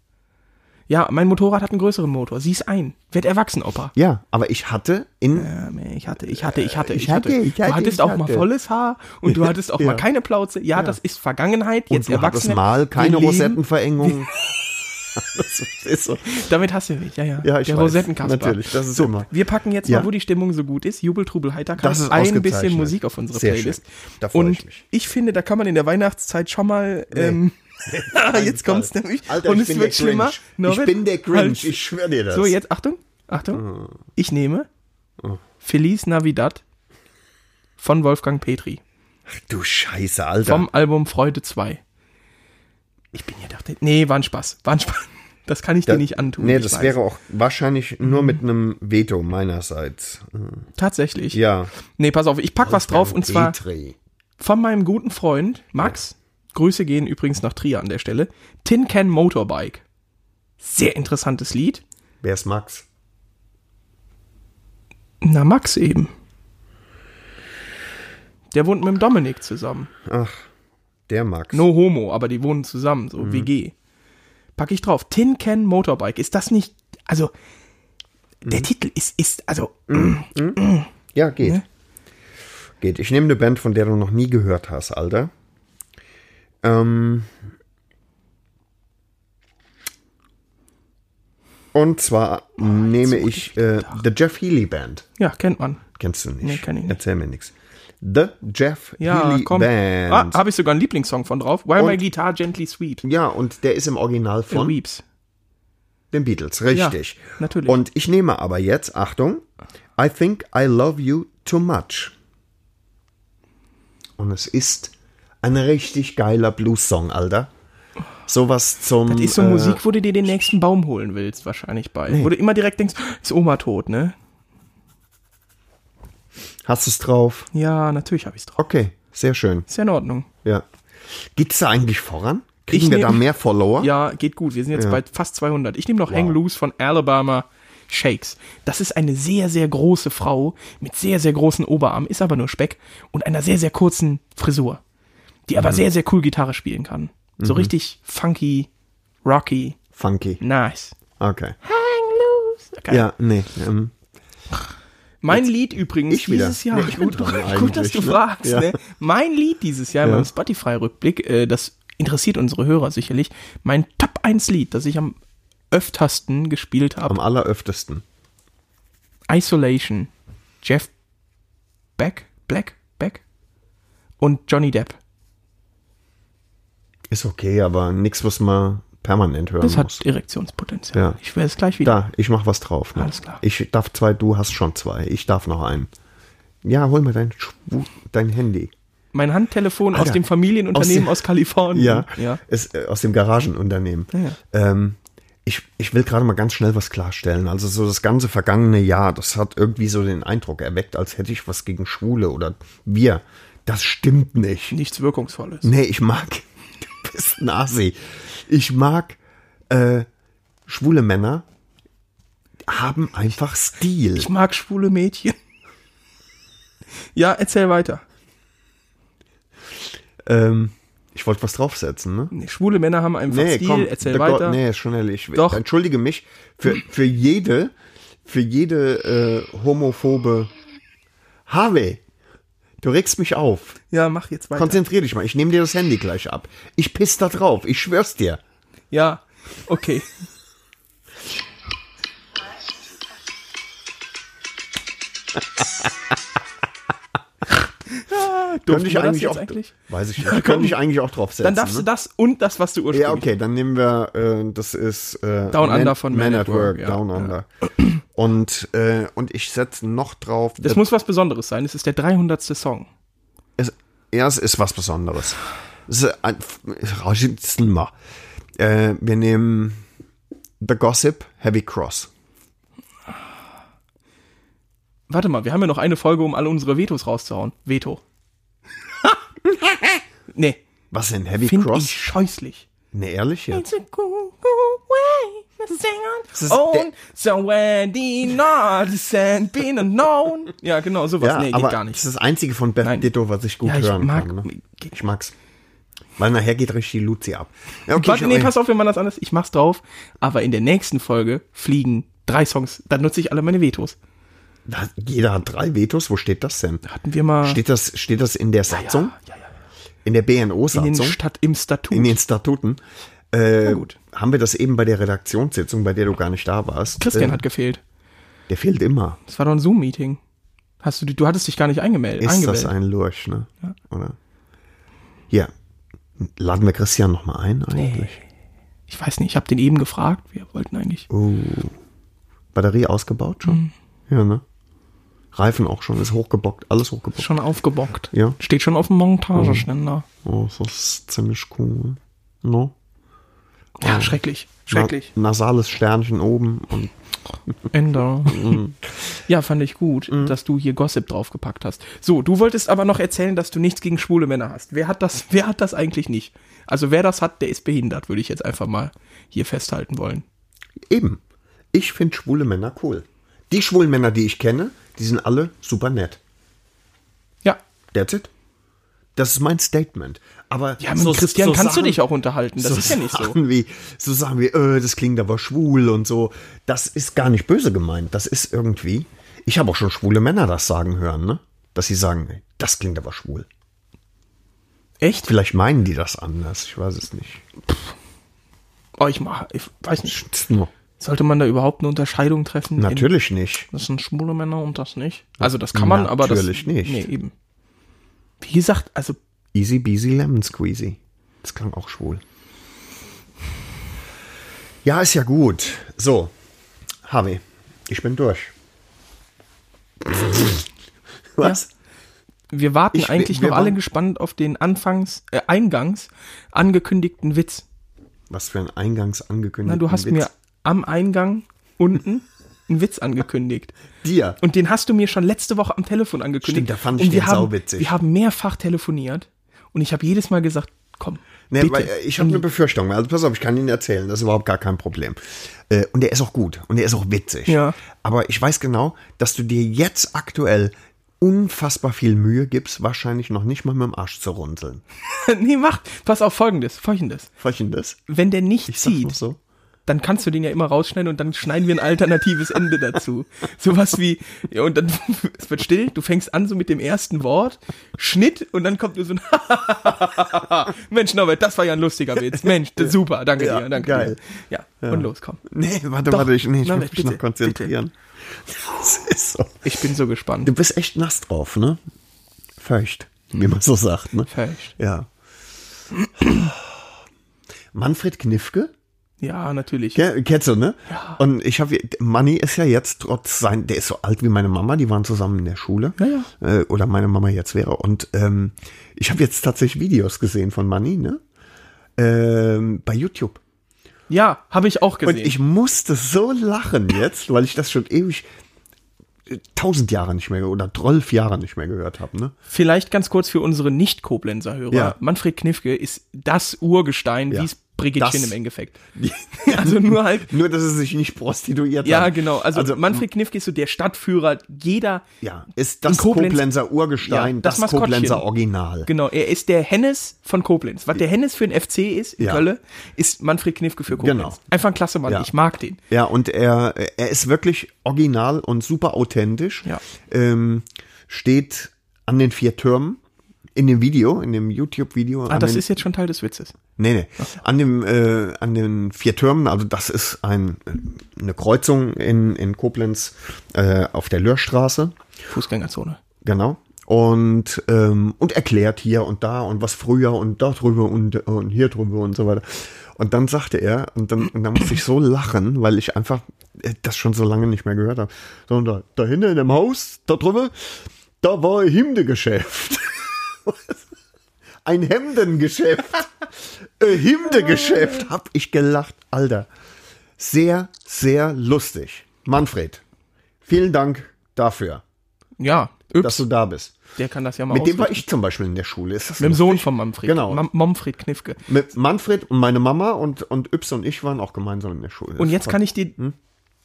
S2: Ja, mein Motorrad hat einen größeren Motor. Sieh's ein. Werd erwachsen, Opa.
S3: Ja, aber ich hatte in
S2: Ähm, ich hatte, ich hatte, ich hatte, Äh,
S3: ich
S2: ich hatte.
S3: hatte, ich hatte,
S2: du hattest
S3: ich
S2: auch mal
S3: hatte.
S2: volles Haar und du hattest auch
S3: Ja.
S2: mal keine Plauze. Ja, das ist Vergangenheit, jetzt
S3: du hattest
S2: Erwachsene.
S3: mal keine
S2: Wir leben-
S3: Rosettenverengung. das ist so.
S2: Damit hast du mich, ja, ja.
S3: Ja, ich
S2: Der
S3: weiß.
S2: Rosettenkasper.
S3: Natürlich, das ist
S2: so,
S3: immer.
S2: Wir packen jetzt
S3: Ja.
S2: mal, wo die Stimmung so gut ist, Jubel, Trubel,
S3: Das
S2: Heiterkeit,
S3: ist
S2: ein
S3: ausgezeichnet.
S2: bisschen Musik auf unsere
S3: Sehr
S2: Playlist.
S3: schön. Da freu
S2: Und
S3: ich mich.
S2: finde, da kann man in der Weihnachtszeit schon mal... Ähm, jetzt
S3: Fall.
S2: kommt's nämlich
S3: Alter,
S2: und
S3: ich
S2: es
S3: bin
S2: wird
S3: der Grinch.
S2: schlimmer. halt.
S3: Ich bin der Grinch, ich Hm. schwör dir das.
S2: So, jetzt Achtung, Achtung. Ich nehme
S3: Oh.
S2: Feliz Navidad von Wolfgang Petri
S3: Du Scheiße, Alter.
S2: vom Album Freude 2. Ich bin ja dachte, nee, war ein Spaß, war ein Spaß. Das kann ich dir nicht antun.
S3: Nee,
S2: ich
S3: das
S2: weiß. Mhm.
S3: wäre auch wahrscheinlich nur mit einem Veto meinerseits.
S2: tatsächlich.
S3: Ja.
S2: Nee, pass auf, ich pack was drauf und zwar
S3: Petri.
S2: von meinem guten Freund Max. Grüße gehen übrigens nach Trier an der Stelle. Tin Can Motorbike. Sehr interessantes Lied.
S3: Wer ist Max?
S2: Na, Max eben. Der wohnt mit dem Dominik zusammen.
S3: Der Max.
S2: No homo, aber die wohnen zusammen, so
S3: Mhm.
S2: WG. Pack ich drauf. Tin Can Motorbike. Ist das nicht. Also. Der
S3: Mhm.
S2: Titel ist, ist, also,
S3: Ja, geht.
S2: Ne?
S3: Geht. Ich nehme eine Band, von der du noch nie gehört hast, Alter. Ähm. Und
S2: Ah,
S3: zwar nehme ich äh, The Jeff Healy Band.
S2: ja, kennt man.
S3: Kennst du nicht?
S2: Nee, kenn ich nicht.
S3: Erzähl mir nichts. The Jeff
S2: Ja,
S3: Healy
S2: komm.
S3: Band.
S2: Ah, habe ich sogar einen Lieblingssong von drauf. Why My
S3: Und-
S2: Guitar Gently Sweet.
S3: ja, und der ist im Original von
S2: Weeps.
S3: den Beatles, richtig.
S2: Ja, natürlich.
S3: Und ich nehme aber jetzt, Achtung, I think I love you too much. Und es ist ein richtig geiler Blues-Song, Alter. Sowas zum.
S2: Das ist so
S3: äh,
S2: Musik, wo du dir den nächsten Baum holen willst, wahrscheinlich bei. Wo du immer direkt denkst, ist Oma tot, ne?
S3: Hast du's drauf?
S2: Ja, natürlich habe ich es drauf.
S3: Okay, sehr schön.
S2: Ist ja in Ordnung.
S3: Ja. Geht's da eigentlich voran? Kriegen
S2: Ich
S3: wir
S2: nehm-
S3: da mehr Follower?
S2: Ja, geht gut. Wir sind jetzt bei fast 200. Ich nehme noch Hang Loose von Alabama Shakes. Das ist eine sehr, sehr große Frau mit sehr, sehr großen Oberarm, ist aber nur Speck und einer sehr, sehr kurzen Frisur, die aber sehr, sehr cool Gitarre spielen kann. So richtig funky, rocky,
S3: Funky.
S2: nice.
S3: Okay.
S2: Geil.
S3: Ja, nee. Ähm,
S2: Mein Lied übrigens
S3: ich wieder.
S2: dieses Jahr.
S3: Nee, ich bin
S2: gut,
S3: dran
S2: gut, dass
S3: eigentlich,
S2: du
S3: ne?
S2: fragst.
S3: Ja.
S2: Ne? Mein Lied dieses Jahr beim Spotify-Rückblick, äh, das interessiert unsere Hörer sicherlich. Mein Top 1 Lied, das ich am öftersten gespielt habe.
S3: am alleröftesten.
S2: Isolation, Jeff Beck, Black, Beck und Johnny Depp.
S3: Ist okay, aber nichts, was man permanent hören
S2: Das
S3: muss.
S2: hat Erektionspotenzial.
S3: Ja.
S2: Ich werde es gleich wieder.
S3: Da, ich mach was drauf. Ne?
S2: Alles klar.
S3: Ich darf zwei, du hast schon zwei. Ich darf noch einen. Ja, hol mal dein, Schwu- dein Handy.
S2: Mein Handtelefon aus
S3: Alter,
S2: dem Familienunternehmen
S3: aus
S2: aus, Kalifornien.
S3: Ja,
S2: ja.
S3: Ist, äh, aus dem Garagenunternehmen.
S2: Ja.
S3: Ähm, ich, ich will gerade mal ganz schnell was klarstellen. Also so das ganze vergangene Jahr, das hat irgendwie so den Eindruck erweckt, als hätte ich was gegen Schwule oder wir. Das stimmt nicht.
S2: Nichts Wirkungsvolles.
S3: Nee, ich mag, du bist ein Asi. Ich mag äh, schwule Männer haben einfach Stil.
S2: Ich mag schwule Mädchen. Ja, erzähl weiter.
S3: Ähm, ich wollte was draufsetzen, ne?
S2: Nee, schwule Männer haben einfach Stil. erzähl
S3: der
S2: weiter.
S3: Gott, nee, ist schon ehrlich. Ich-
S2: Doch.
S3: Entschuldige mich für, für jede, für jede äh, homophobe Harvey. Du regst mich auf.
S2: Ja, mach jetzt weiter.
S3: Konzentrier dich mal. Ich nehme dir das Handy gleich ab. Ich piss da drauf. Ich schwör's dir.
S2: ja, okay. ja, Ah, durften
S3: Könnte ich
S2: wir das
S3: eigentlich
S2: jetzt
S3: auch. Weiß ich nicht. Könnte ich eigentlich auch draufsetzen.
S2: Dann darfst du
S3: ne?
S2: das und das, was du ursprünglich.
S3: Ja, okay, dann nehmen wir, äh, das ist äh,
S2: Down Under von Man at Work, ja.
S3: Down Under. Und, äh, und ich setze noch drauf.
S2: Das muss was Besonderes sein. Es ist der 300. Song.
S3: Es, ja, es ist was Besonderes. Es ist ein, es rauscht immer. Äh, wir nehmen The Gossip Heavy Cross.
S2: Warte mal, wir haben ja noch eine Folge, um alle unsere Vetos rauszuhauen. Veto. nee,
S3: Was denn Heavy
S2: finde
S3: Cross?
S2: ich scheußlich.
S3: Ne, ehrlich jetzt?
S2: a cool, cool way. sing on own, so when the North and been unknown. Ja, genau, sowas.
S3: Ja,
S2: nee,
S3: aber
S2: geht gar nicht.
S3: das ist das einzige von Beth
S2: Nein.
S3: Ditto, was ich gut
S2: Ja, ich
S3: hören
S2: mag-
S3: kann. Ne? Ich mag's. Weil nachher geht richtig die Luzi ab. Ja, okay,
S2: Warte,
S3: ich-
S2: nee, pass auf, wir machen das anders. Ich mach's drauf. Aber in der nächsten Folge fliegen drei Songs. Dann nutze ich alle meine Vetos.
S3: Da- Jeder hat drei Vetos. Wo steht das denn?
S2: Hatten wir mal
S3: Steht das, steht das in der Satzung?
S2: ja, ja.
S3: In der
S2: in den
S3: BNO-Satzung?
S2: Stadt im Statut.
S3: In den Statuten? Äh,
S2: gut.
S3: haben wir das eben bei der Redaktionssitzung, bei der du gar nicht da warst?
S2: Christian
S3: äh,
S2: hat gefehlt.
S3: Der fehlt immer.
S2: Das war doch ein Zoom-Meeting. Hast du, die- du hattest dich gar nicht eingemeldet.
S3: Ist
S2: eingemeldet.
S3: das ein Lurch, ne? Oder? Ja. Laden wir Christian nochmal ein eigentlich?
S2: ich weiß nicht, ich habe den eben gefragt. Wir wollten eigentlich.
S3: Oh. Batterie ausgebaut
S2: Mhm.
S3: schon? Ja, ne? Reifen auch schon, ist hochgebockt, alles hochgebockt.
S2: Schon aufgebockt.
S3: Ja.
S2: Steht schon auf dem Montageständer.
S3: Oh, das ist ziemlich cool. ne? No?
S2: Ja, schrecklich. Schrecklich.
S3: Na, nasales Sternchen oben und
S2: Ender.
S3: Mhm.
S2: ja, fand ich gut, dass du hier Gossip draufgepackt hast. So, du wolltest aber noch erzählen, dass du nichts gegen schwule Männer hast. Wer hat das, wer hat das eigentlich nicht? Also wer das hat, der ist behindert, würde ich jetzt einfach mal hier festhalten wollen.
S3: eben. Ich finde schwule Männer cool. Die schwulen Männer, die ich kenne, die sind alle super nett.
S2: Ja.
S3: That's it. Das ist mein Statement. Aber
S2: Ja, mit Christian kannst du dich auch unterhalten. Das
S3: so
S2: ist ja nicht so.
S3: Sachen wie, so Sachen wie, äh, das klingt aber schwul und so. Das ist gar nicht böse gemeint. Das ist irgendwie. Ich habe auch schon schwule Männer das sagen hören, ne? Dass sie sagen, ey, das klingt aber schwul.
S2: Echt?
S3: Vielleicht meinen die das anders. Ich weiß es nicht.
S2: Oh, ich mach, ich weiß nicht.
S3: Das ist nur-
S2: Sollte man da überhaupt eine Unterscheidung treffen? in-
S3: Natürlich nicht.
S2: Das sind schwule Männer und das nicht. Also das kann man, aber das.
S3: Natürlich nicht.
S2: Nee, eben. Wie gesagt, also
S3: Easy Beasy Lemon Squeezy. Das klang auch schwul. Ja, ist ja gut. So, Harvey, ich bin durch. Was?
S2: wir warten
S3: Ich-
S2: eigentlich
S3: wir
S2: noch alle
S3: wollen-
S2: gespannt auf den Anfangs, äh, Eingangs angekündigten Witz.
S3: Was für ein eingangs angekündigter
S2: Na, du hast
S3: Witz.
S2: mir am Eingang unten einen Witz angekündigt.
S3: Dir.
S2: Und den hast du mir schon letzte Woche am Telefon angekündigt.
S3: Stimmt, da fand
S2: und
S3: ich
S2: wir
S3: den
S2: haben,
S3: sauwitzig.
S2: Wir haben mehrfach telefoniert und ich habe jedes Mal gesagt, komm,
S3: Nee,
S2: bitte.
S3: weil äh, ich habe eine Befürchtung. Also pass auf, ich kann Ihnen erzählen, das ist überhaupt gar kein Problem. Äh, Und der ist auch gut und der ist auch witzig.
S2: Ja.
S3: Aber ich weiß genau, dass du dir jetzt aktuell unfassbar viel Mühe gibst, wahrscheinlich noch nicht mal mit dem Arsch zu runzeln.
S2: nee, mach, pass auf, folgendes, folgendes.
S3: Folgendes.
S2: Wenn der nicht
S3: Ich sag nur
S2: zieht,
S3: so.
S2: dann kannst du den ja immer rausschneiden und dann schneiden wir ein alternatives Ende dazu. Sowas wie, ja, und dann, es wird still, du fängst an so mit dem ersten Wort, Schnitt, und dann kommt nur so ein Mensch, Norbert, das war ja ein lustiger Witz. Mensch, das, super, danke
S3: Ja,
S2: dir, danke
S3: geil.
S2: dir. Ja, und los, komm.
S3: Nee, warte,
S2: Doch.
S3: warte, ich, nee, ich
S2: Nein,
S3: muss mich
S2: bitte,
S3: noch konzentrieren. Das ist so.
S2: Ich bin so gespannt.
S3: Du bist echt nass drauf, ne? Feucht, wie man so sagt, ne?
S2: Feucht.
S3: Ja. Manfred Knifke?
S2: Ja, natürlich.
S3: Ke- Kennst du, ne? Ja. Und ich habe, Manny ist ja jetzt trotz sein, der ist so alt wie meine Mama, die waren zusammen in der Schule.
S2: Ja, ja.
S3: Äh, oder meine Mama jetzt wäre. Und ähm, ich habe jetzt tatsächlich Videos gesehen von Manny, ne? Ähm, bei YouTube.
S2: Ja, habe ich auch gesehen.
S3: Und ich musste so lachen jetzt, weil ich das schon ewig äh, tausend Jahre nicht mehr oder zwölf Jahre nicht mehr gehört habe. Ne?
S2: Vielleicht ganz kurz für unsere Nicht-Koblenzer Hörer.
S3: Ja.
S2: Manfred Knifke ist das Urgestein,
S3: Ja.
S2: wie es Brigittchen
S3: Das-
S2: im Endeffekt. Also nur halt,
S3: Nur, dass er sich nicht prostituiert
S2: Ja,
S3: hat.
S2: genau. Also, Manfred Knifke ist so der Stadtführer jeder.
S3: ja, ist
S2: in
S3: das
S2: Koblenz-
S3: Koblenzer Urgestein,
S2: Ja, das
S3: das,
S2: Maskottchen.
S3: Koblenzer Original.
S2: Genau, er ist der Hennes von Koblenz. Was der Hennes für den FC ist in
S3: Ja.
S2: Köln, ist Manfred Knifke für Koblenz.
S3: Genau.
S2: Einfach ein klasse Mann,
S3: Ja.
S2: ich mag den.
S3: Ja, und er, er ist wirklich original und super authentisch.
S2: Ja.
S3: Ähm, steht an den vier Türmen in dem Video, in dem YouTube-Video.
S2: Ah,
S3: an
S2: das
S3: den,
S2: ist jetzt schon Teil des Witzes.
S3: Nee, nee. An, dem, äh, an den vier Türmen, also das ist ein, äh, eine Kreuzung in, in Koblenz äh, auf der Löhrstraße,
S2: Fußgängerzone.
S3: genau. Und, ähm, und erklärt hier und da und was früher und da drüber und, und hier drüber und so weiter. Und dann sagte er, und dann, und dann musste ich so lachen, weil ich einfach äh, das schon so lange nicht mehr gehört habe. So, und da, da hinten in dem Haus, da drüber, da war ein Hemdegeschäft. ein Hemdengeschäft. Äh, Himdegeschäft, hab ich gelacht, Alter. Sehr, sehr lustig. Manfred, vielen Dank dafür,
S2: Ja, üps.
S3: dass du da bist.
S2: Der kann das ja mal
S3: Mit dem war
S2: ausrichten.
S3: ich zum Beispiel in der Schule. Ist das
S2: Mit dem
S3: lustig?
S2: Sohn von Manfred.
S3: Genau.
S2: Mam- Momfried Knifke.
S3: Mit Manfred und meine Mama und, und Yps und ich waren auch gemeinsam in der Schule.
S2: Und jetzt kann ich dir.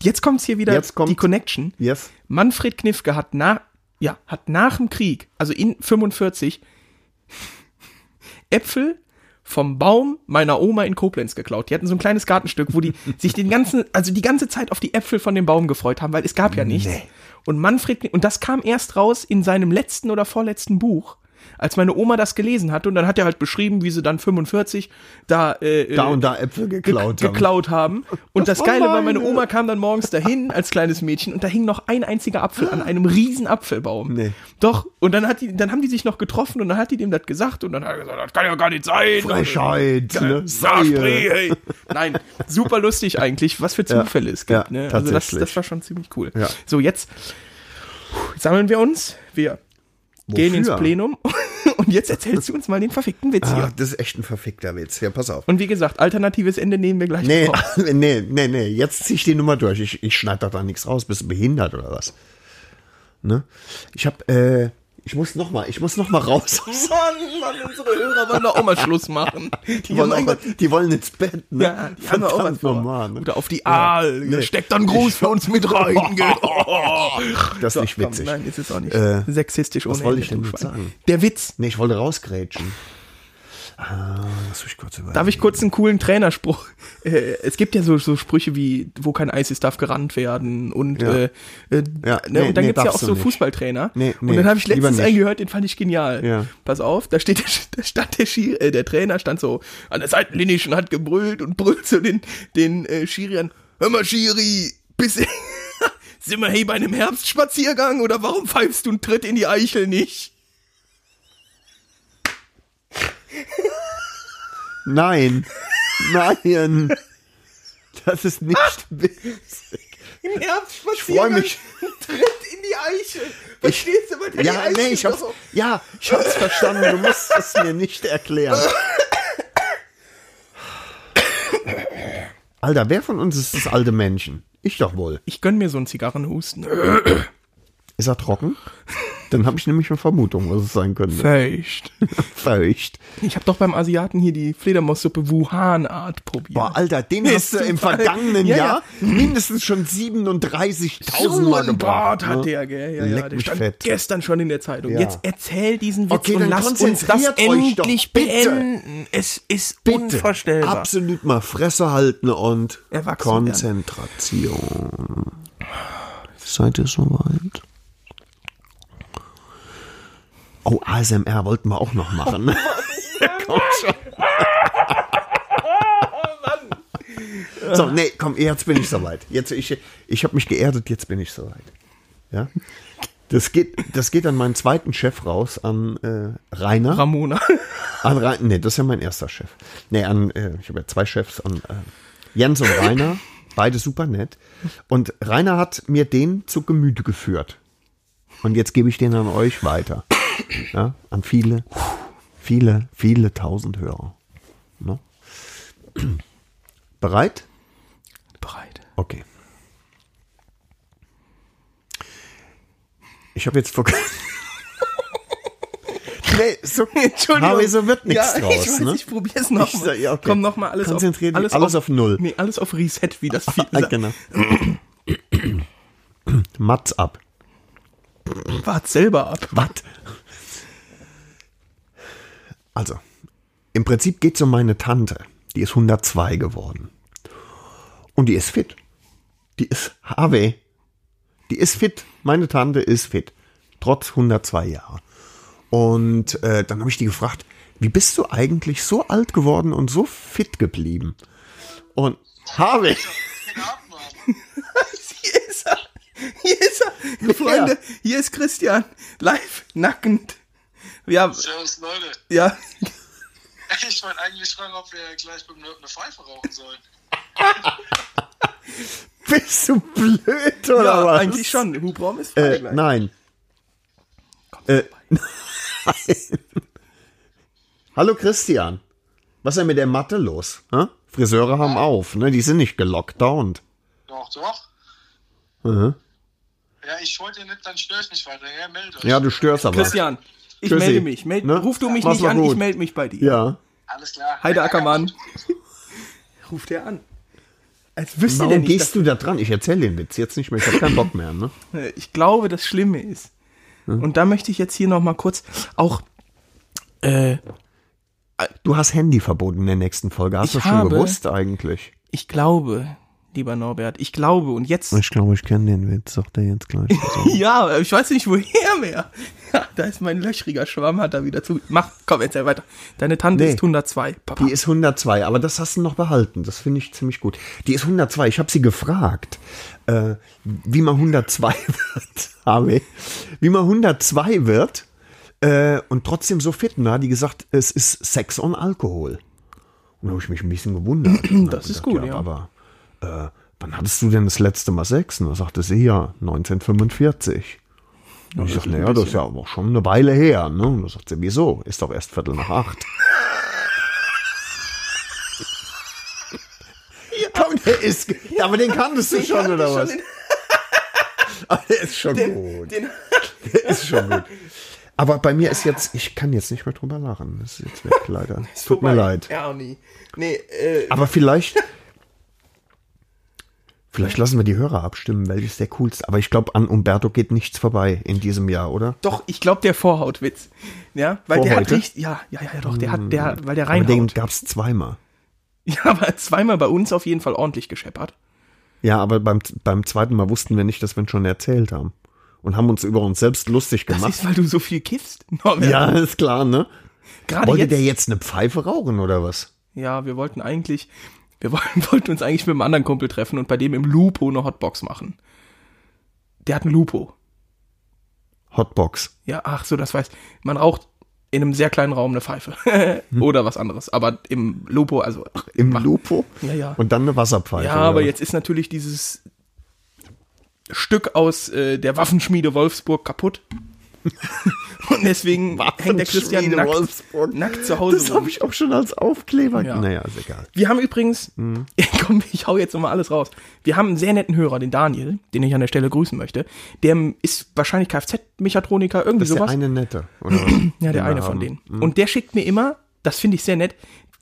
S2: Jetzt kommt's hier wieder
S3: Hm? Jetzt kommt-
S2: die Connection.
S3: Yes.
S2: Manfred Knifke hat, na, ja, hat nach dem Krieg, also in 45, Äpfel vom Baum meiner Oma in Koblenz geklaut. Die hatten so ein kleines Gartenstück, wo die sich den ganzen, also die ganze Zeit auf die Äpfel von dem Baum gefreut haben, weil es gab ja nichts. Und Manfred, Kni- und das kam erst raus in seinem letzten oder vorletzten Buch, als meine Oma das gelesen hatte. Und dann hat er halt beschrieben, wie sie dann 45 da, äh,
S3: Da
S2: äh,
S3: und da Äpfel
S2: ge-
S3: geklaut. haben.
S2: geklaut haben. Und das,
S3: war
S2: Geile war, meine
S3: Oh meine.
S2: Oma kam dann morgens dahin als kleines Mädchen und da hing noch ein einziger Apfel an einem riesen Apfelbaum.
S3: Nee.
S2: Doch, und dann, hat die, dann haben die sich noch getroffen und dann hat die dem das gesagt und dann hat er gesagt, das kann ja gar nicht sein.
S3: Frechheit. Ne?
S2: Saarspray, hey. Nein, super lustig eigentlich, was für Zufälle es gibt.
S3: ja,
S2: ne? Also das,
S3: tatsächlich.
S2: das war schon ziemlich cool.
S3: Ja.
S2: So, jetzt sammeln wir uns, wir gehen ins
S3: Wofür?
S2: Plenum und jetzt erzählst du uns mal den verfickten Witz
S3: Ah,
S2: hier.
S3: das ist echt ein verfickter Witz. Ja, pass auf.
S2: Und Oh. wie gesagt, alternatives Ende nehmen wir gleich
S3: Nee,
S2: noch.
S3: nee, nee, nee. Jetzt zieh ich die Nummer durch. Ich, ich schneide da nichts raus. Bist du behindert oder was? Ne? Ich hab, äh, ich muss noch mal, ich muss noch mal raus.
S2: Mann, Mann, unsere Hörer wollen doch auch mal Schluss machen.
S3: Die wollen, auch, die wollen ins Bett, ne?
S2: Ja, die haben ja auch was vor.
S3: normal, ne?
S2: Oder auf die Aal. ne?
S3: nee.
S2: Steckt dann Gruß für uns mit rein. gell?
S3: Das ist
S2: So,
S3: nicht
S2: komm,
S3: witzig.
S2: nein, ist jetzt auch nicht.
S3: Äh,
S2: Sexistisch
S3: was
S2: ohne
S3: wollte
S2: Ende,
S3: ich denn
S2: du
S3: jetzt
S2: Schwein.
S3: sagen?
S2: Der Witz.
S3: Nee, ich wollte rausgrätschen. Ah, lass mich kurz überlegen.
S2: Darf ich kurz einen coolen Trainerspruch? Äh, es gibt ja so, so Sprüche wie, wo kein Eis ist, darf gerannt werden. Und,
S3: Ja.
S2: äh, äh,
S3: Ja,
S2: ne,
S3: nee,
S2: und dann
S3: nee,
S2: gibt's ja auch
S3: darfst du
S2: so
S3: nicht.
S2: Fußballtrainer.
S3: Nee, nee,
S2: und dann habe ich
S3: lieber
S2: letztens
S3: nicht.
S2: einen gehört, den fand ich genial.
S3: Ja.
S2: Pass auf, da steht der, da stand der, Schiri, äh, der Trainer, stand so an der Seitenlinie schon, hat gebrüllt und brüllt so den, den äh, Schiri an. Hör mal, Schiri, bist Sind wir hey bei einem Herbstspaziergang oder warum pfeifst du einen Tritt in die Eichel nicht?
S3: Nein. Nein. Das ist nicht witzig.
S2: Im
S3: Ich freu
S2: Herbstspaziergang
S3: mich.
S2: tritt in die Eichel. Verstehst du, weil
S3: Ja, nee, ich hab's, ja, ich hab's verstanden. Du musst es mir nicht erklären. Alter, wer von uns ist das alte Menschen? Ich doch wohl.
S2: Ich gönn mir so einen Zigarrenhusten.
S3: Ist er trocken? Dann habe ich nämlich eine Vermutung, was es sein könnte.
S2: Feucht.
S3: Feucht.
S2: Ich habe doch beim Asiaten hier die Fledermaussuppe Wuhan-Art probiert.
S3: Boah, Alter, den hast du
S2: du
S3: im
S2: voll-
S3: vergangenen
S2: Ja, ja.
S3: Jahr mindestens schon 37.000
S2: so
S3: Mal
S2: ein
S3: gebracht.
S2: Bart hat
S3: ne?
S2: der, gell? Ja,
S3: Leck
S2: ja, der
S3: mich
S2: stand
S3: fett.
S2: gestern schon in der Zeitung.
S3: Ja.
S2: Jetzt erzähl diesen Witz
S3: Okay,
S2: und
S3: dann
S2: lasst uns das
S3: konzentriert euch doch,
S2: endlich
S3: bitte.
S2: beenden. Es ist
S3: Bitte
S2: unvorstellbar.
S3: absolut mal Fresse halten und
S2: Erwachsen werden.
S3: Konzentration. Seid ihr soweit? Oh, ASMR wollten wir auch noch
S2: Oh,
S3: machen. komm
S2: Oh,
S3: schon. so, nee, komm, jetzt bin ich soweit. Jetzt, ich ich habe mich geerdet, jetzt bin ich soweit. Ja? Das geht, das geht an meinen zweiten Chef raus, an äh, Rainer.
S2: Ramona.
S3: An Rein, nee, das ist ja mein erster Chef. Nee, an, äh, ich habe ja zwei Chefs, an äh, Jens und Rainer, beide super nett. Und Rainer hat mir den zu Gemüte geführt. Und jetzt gebe ich den an euch weiter. Ja, an viele, viele, viele tausend Hörer. Ne? Bereit?
S2: Bereit.
S3: Okay. Ich habe jetzt vor. nee, so,
S2: Entschuldigung.
S3: Aber so wird nichts
S2: ja,
S3: draus.
S2: Ich weiß,
S3: ne?
S2: ich probiere es nochmal.
S3: Ich sag- ja, okay.
S2: Komm nochmal alles, auf-
S3: Konzentrier dich, alles auf Null.
S2: Nee, alles auf Reset, wie das viel
S3: Ah, genau. Mats ab. genau.
S2: Wart selber ab.
S3: Was? Also, im Prinzip geht es um meine Tante. Die ist 102 geworden. Und die ist fit. Die ist HW. Die ist fit. Meine Tante ist fit. Trotz 102 Jahre. Und äh, dann habe ich die gefragt, wie bist du eigentlich so alt geworden und so fit geblieben? Und HW.
S4: äh,
S2: Hier ist er. Hier ist er. Freunde, hier ist Christian. Live, nackend. Ja,
S4: Servus, Leute.
S2: ja.
S4: Ich wollte eigentlich fragen, ob wir gleich beim Nerd eine Pfeife rauchen sollen.
S3: Bist du blöd oder
S2: ja
S3: was?
S2: eigentlich schon. Hubraum ist frei
S3: Äh,
S2: gleich.
S3: nein. Äh, nein. Hallo Christian. Was ist denn mit der Matte los? Hä? Friseure haben auf, ne? Die sind nicht gelockdownt.
S4: Doch, doch.
S3: Mhm.
S4: Ja, ich wollte nicht, dann störe ich nicht weiter. Ja, meldet euch.
S3: Ja, du störst aber.
S2: Christian, ich
S3: Tschüssi.
S2: melde mich. Meld,
S3: Ne?
S2: Ruf du mich
S3: Mach's
S2: nicht
S3: mal
S2: an,
S3: gut.
S2: ich melde mich bei dir.
S3: Ja.
S4: Alles klar.
S2: Heide Ackermann. Ruft er an. Als wüsste der
S3: Warum
S2: nicht,
S3: gehst du da dran? Ich erzähle den Witz jetzt nicht mehr. Ich habe keinen Bock mehr. Ne?
S2: Äh, ich glaube, das Schlimme ist.
S3: Hm?
S2: Und da möchte ich jetzt hier nochmal kurz auch. Äh,
S3: Du hast Handyverbot in der nächsten Folge. Hast
S2: Ich
S3: du schon
S2: habe-
S3: gewusst eigentlich?
S2: ich glaube, lieber Norbert, ich glaube und jetzt.
S3: Ich glaube, ich kenne den Witz. Sagt er jetzt gleich.
S2: Ja, ich weiß nicht woher mehr. Ja, da ist mein löchriger Schwamm, hat er wieder zu. Mach, komm, erzähl weiter. Deine Tante
S3: Nee.
S2: ist 102. Papa.
S3: Die ist 102, aber das hast du noch behalten. Das finde ich ziemlich gut. Die ist 102. Ich habe sie gefragt, äh, wie man 102 wird. Harvey. Wie man 102 wird äh, und trotzdem so fit. Und da hat die gesagt, es ist Sex und Alkohol. Und da habe ich mich ein bisschen gewundert. Und hab
S2: ist gut, ja.
S3: Aber äh, wann hattest du denn das letzte Mal Sex? Und da sagte sie, ja, 1945. Und ich sagte, naja, das ist ja aber auch schon eine Weile her. Ne? Und da sagt sie, wieso? Ist doch erst Viertel nach acht. Komm, der ist. Aber den kanntest du schon, oder was? Aber der ist schon gut.
S2: den-
S3: der ist schon gut. Aber bei mir ist jetzt, ich kann jetzt nicht mehr drüber lachen. Das ist jetzt weg, leider. Tut mir leid.
S2: Ja, nie. Nee, äh,
S3: Aber vielleicht. Vielleicht lassen wir die Hörer abstimmen, welches der coolste. Aber ich glaube, an Umberto geht nichts vorbei in diesem Jahr, oder?
S2: doch, ich glaube, der Vorhautwitz. Ja, weil der hat
S3: Vorhäute?
S2: richtig. Ja, ja, ja, doch, der hat, der, weil der
S3: Hm. Aber den
S2: reinhaut.
S3: gab es zweimal.
S2: Ja, aber zweimal bei uns auf jeden Fall ordentlich gescheppert.
S3: Ja, aber beim, beim zweiten Mal wussten wir nicht, dass wir ihn schon erzählt haben. Und haben uns über uns selbst lustig
S2: Das
S3: gemacht.
S2: ist, weil du so viel kiffst. Norbert.
S3: Ja, ist klar, ne?
S2: gerade
S3: Wollte
S2: jetzt.
S3: der jetzt eine Pfeife rauchen oder was?
S2: Ja, wir wollten eigentlich, wir wollten, wollten uns eigentlich mit einem anderen Kumpel treffen und bei dem im Lupo eine Hotbox machen. Der hat einen Lupo.
S3: Hotbox.
S2: Ja, ach so, das weiß. Man raucht in einem sehr kleinen Raum eine Pfeife.
S3: Hm.
S2: Oder was anderes. Aber im Lupo, also. Ach,
S3: Im Lupo?
S2: Ja, ja.
S3: Und dann eine Wasserpfeife.
S2: ja,
S3: oder
S2: aber
S3: was?
S2: jetzt ist natürlich dieses Stück aus äh, der Waffenschmiede Wolfsburg kaputt. und deswegen hängt der Christian
S3: Waffenschmiede
S2: nackt,
S3: Wolfsburg.
S2: nackt zu Hause
S3: Das
S2: rum.
S3: habe ich auch schon als Aufkleber.
S2: Ja.
S3: Naja, ist egal.
S2: Wir haben übrigens,
S3: Mhm.
S2: komm, ich hau jetzt nochmal alles raus. Wir haben einen sehr netten Hörer, den Daniel, den ich an der Stelle grüßen möchte. Der ähm, ist wahrscheinlich Kfz-Mechatroniker, irgendwie
S3: Ist der
S2: sowas.
S3: eine nette. Oder was?
S2: ja, der
S3: Den
S2: eine
S3: wir
S2: von
S3: haben.
S2: denen. Und der schickt mir immer, das finde ich sehr nett,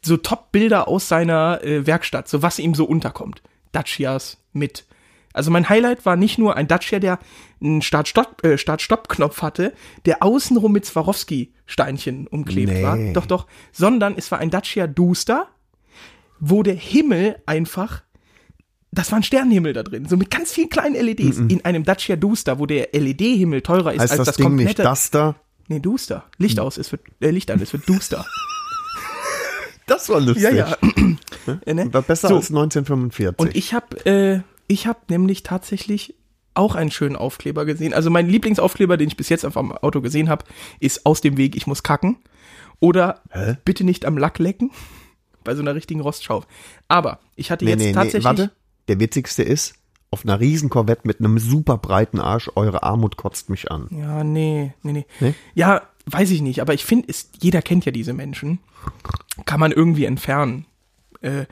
S2: so Top-Bilder aus seiner äh, Werkstatt, so was ihm so unterkommt. Dacias mit. Also mein Highlight war nicht nur ein Dacia, der einen Start-Stopp- äh, Start-Stopp-Knopf hatte, der außenrum mit Swarovski-Steinchen umklebt
S3: Nee.
S2: war. Doch, doch. Sondern es war ein Dacia Duster, wo der Himmel einfach, das war ein Sternenhimmel da drin, so mit ganz vielen kleinen LEDs in einem Dacia Duster, wo der LED-Himmel teurer ist
S3: Mhm. Heißt
S2: als
S3: das,
S2: also das,
S3: Ding
S2: komplette
S3: nicht das da?
S2: Nee, Duster. Licht
S3: Hm.
S2: aus, es wird, äh, Licht an, es wird Duster.
S3: Das war lustig.
S2: ja, ja. Äh, ne?
S3: War besser
S2: So,
S3: als 1945.
S2: Und ich habe äh, ich hab nämlich tatsächlich auch einen schönen Aufkleber gesehen. Also mein Lieblingsaufkleber, den ich bis jetzt auf dem Auto gesehen habe, ist aus dem Weg, ich muss kacken. Oder bitte nicht am Lack lecken. Bei so einer richtigen Rostschau. Aber ich hatte jetzt tatsächlich.
S3: warte. Der witzigste ist, auf einer riesen Corvette mit einem super breiten Arsch, eure Armut kotzt mich an.
S2: Ja, nee, nee, nee.
S3: Nee?
S2: Ja, weiß ich nicht, aber ich finde, jeder kennt ja diese Menschen. Kann man irgendwie entfernen. Äh,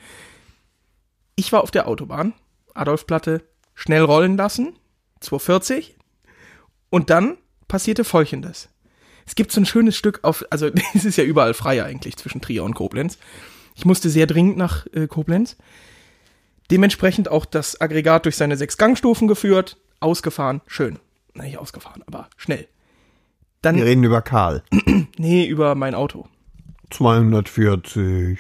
S2: ich war auf der Autobahn, Adolfplatte, schnell rollen lassen, 240. Und dann passierte folgendes. Es gibt so ein schönes Stück auf, also es ist ja überall frei eigentlich zwischen Trier und Koblenz. Ich musste sehr dringend nach äh, Koblenz. Dementsprechend auch das Aggregat durch seine sechs Gangstufen geführt, ausgefahren, schön. Na, nicht ausgefahren, aber schnell. Dann,
S3: Wir reden über Karl.
S2: nee, über mein Auto.
S3: 240.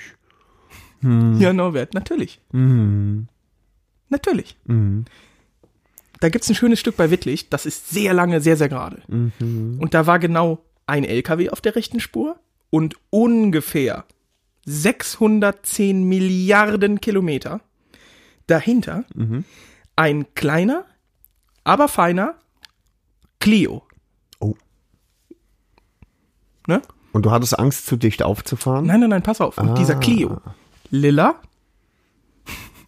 S2: Ja, Norbert, natürlich. Natürlich. Da gibt's ein schönes Stück bei Wittlich, das ist sehr lange, sehr, sehr gerade. Und da war genau ein LKW auf der rechten Spur und ungefähr 610 Milliarden Kilometer dahinter ein kleiner, aber feiner Clio.
S3: Oh.
S2: Ne?
S3: Und du hattest Angst, zu dicht aufzufahren?
S2: Nein, nein, nein, pass auf. Und dieser Clio. Lilla,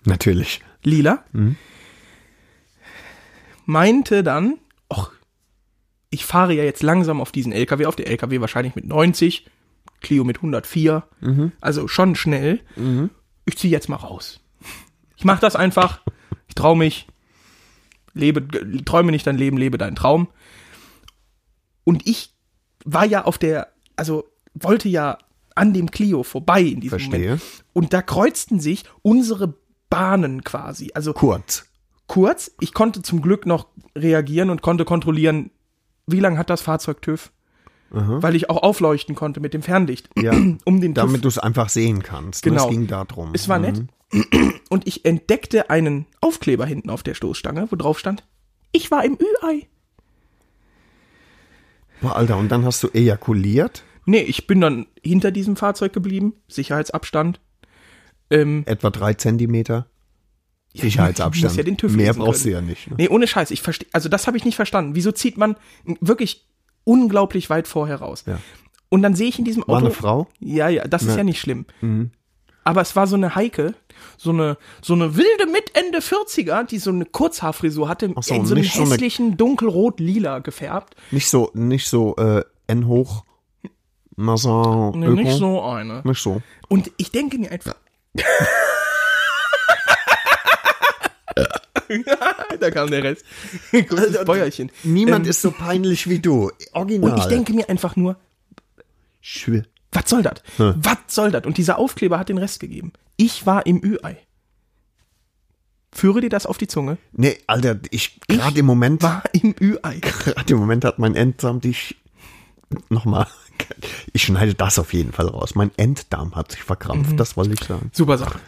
S3: Natürlich.
S2: Lila, meinte dann, ach, ich fahre ja jetzt langsam auf diesen LKW, auf der LKW wahrscheinlich mit 90, Clio mit 104, also schon schnell. Ich ziehe jetzt mal raus. Ich mache das einfach, ich traue mich. lebe, g- träume nicht dein Leben, lebe deinen Traum. Und ich war ja auf der, also wollte ja an dem Clio vorbei in diesem
S3: Verstehe.
S2: Moment. Und da kreuzten sich unsere Bahnen quasi. Also
S3: Kurz.
S2: kurz, ich konnte zum Glück noch reagieren und konnte kontrollieren, wie lange hat das Fahrzeug TÜV. Weil ich auch aufleuchten konnte mit dem Fernlicht.
S3: Ja.
S2: Um den TÜV
S3: Damit du es einfach sehen kannst.
S2: Genau.
S3: Genau. Es ging darum. Mhm.
S2: es war nett. Und ich entdeckte einen Aufkleber hinten auf der Stoßstange, wo drauf stand, ich war im Ü-Ei.
S3: Boah, Alter, und dann hast du ejakuliert,
S2: Nee, ich bin dann hinter diesem Fahrzeug geblieben, Sicherheitsabstand. Ähm,
S3: etwa drei Zentimeter.
S2: ich
S3: Sicherheitsabstand.
S2: muss ja den TÜV
S3: Mehr
S2: lesen
S3: brauchst
S2: können.
S3: du ja nicht. Ne?
S2: nee, ohne Scheiß, ich verstehe, also das habe ich nicht verstanden. Wieso zieht man wirklich unglaublich weit vorher raus?
S3: Ja.
S2: Und dann sehe ich in diesem Auto.
S3: War eine Frau? Mhm.
S2: Ja, ja, das ist ja nicht schlimm. Aber es war so eine Heike, so eine, so eine wilde mit Ende 40er, die so eine Kurzhaarfrisur hatte,
S3: Ach so,
S2: in so einem
S3: nicht so eine-
S2: hässlichen dunkelrot-lila gefärbt.
S3: Nicht so, nicht so äh, N hoch, Mason,
S2: Nee,
S3: Öko.
S2: nicht so eine.
S3: Nicht so.
S2: Und ich denke mir einfach. da kam der Rest.
S3: Also,
S2: Großes Bäuerchen.
S3: Niemand ist so peinlich wie du. Original.
S2: Ähm, Und ich denke mir einfach nur,
S3: Schwül.
S2: was soll das?
S3: Hm.
S2: Was soll das? Und dieser Aufkleber hat den Rest gegeben. Ich war im Ü-Ei. Führe dir das auf die Zunge.
S3: Nee, Alter, ich, gerade im Moment,
S2: War im Ü-Ei.
S3: gerade im Moment hat mein Enddarm dich, nochmal, ich schneide das auf jeden Fall raus. Mein Enddarm hat sich verkrampft, das wollte ich sagen.
S2: Super Sache.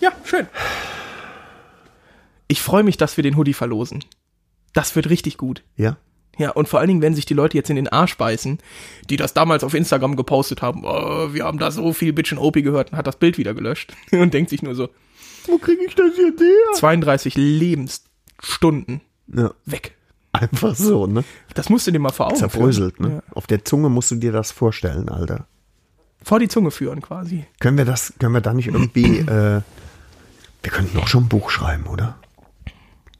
S2: Ja, schön. Ich freue mich, dass wir den Hoodie verlosen. Das wird richtig gut.
S3: Ja?
S2: Ja, und vor allen Dingen, wenn sich die Leute jetzt in den Arsch beißen, die das damals auf Instagram gepostet haben, oh, wir haben da so viel Bitchin' Opie gehört und hat das Bild wieder gelöscht und denkt sich nur so,
S3: Wo kriege ich das jetzt her?
S2: 32 Lebensstunden
S3: Ja,
S2: weg.
S3: einfach so, ne?
S2: Das musst du dir mal vor Augen
S3: Zerbröselt,
S2: führen.
S3: ne? Auf der Zunge musst du dir das vorstellen, Alter.
S2: Ja, vor die Zunge führen quasi.
S3: Können wir das, können wir da nicht irgendwie, äh, wir könnten doch schon ein Buch schreiben, oder?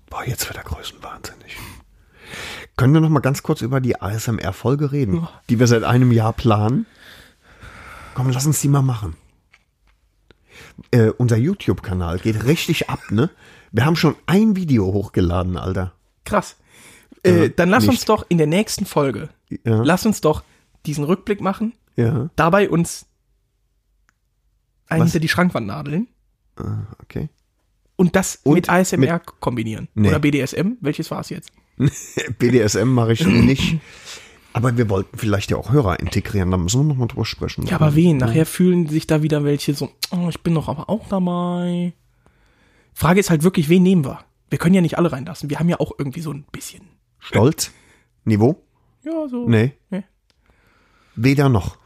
S3: Boah, jetzt wird er größenwahnsinnig. Können wir noch mal ganz kurz über die ASMR-Folge reden, die wir seit einem Jahr planen? Komm, lass uns die mal machen. Äh, unser YouTube-Kanal geht richtig ab, ne? Wir haben schon ein Video hochgeladen, Alter.
S2: Krass. Äh,
S3: Ja,
S2: dann lass
S3: nicht.
S2: uns doch in der nächsten Folge,
S3: Ja.
S2: lass uns doch diesen Rückblick machen,
S3: Ja,
S2: dabei uns einen
S3: Was?
S2: hinter die Schrankwand nadeln
S3: okay.
S2: und das
S3: Und
S2: mit ASMR kombinieren.
S3: Nee.
S2: Oder BDSM, welches war es jetzt?
S3: Äh, BDSM mache ich nicht. Aber wir wollten vielleicht ja auch Hörer integrieren, da müssen wir noch mal drüber sprechen.
S2: Ja, aber wen? Nachher fühlen sich da wieder welche so, oh, ich bin doch aber auch dabei. Frage ist halt wirklich, wen nehmen wir? Wir können ja nicht alle reinlassen. Wir haben ja auch irgendwie so ein bisschen.
S3: Stolz? Niveau?
S2: Ja, so.
S3: Nee.
S2: Nee.
S3: Weder noch.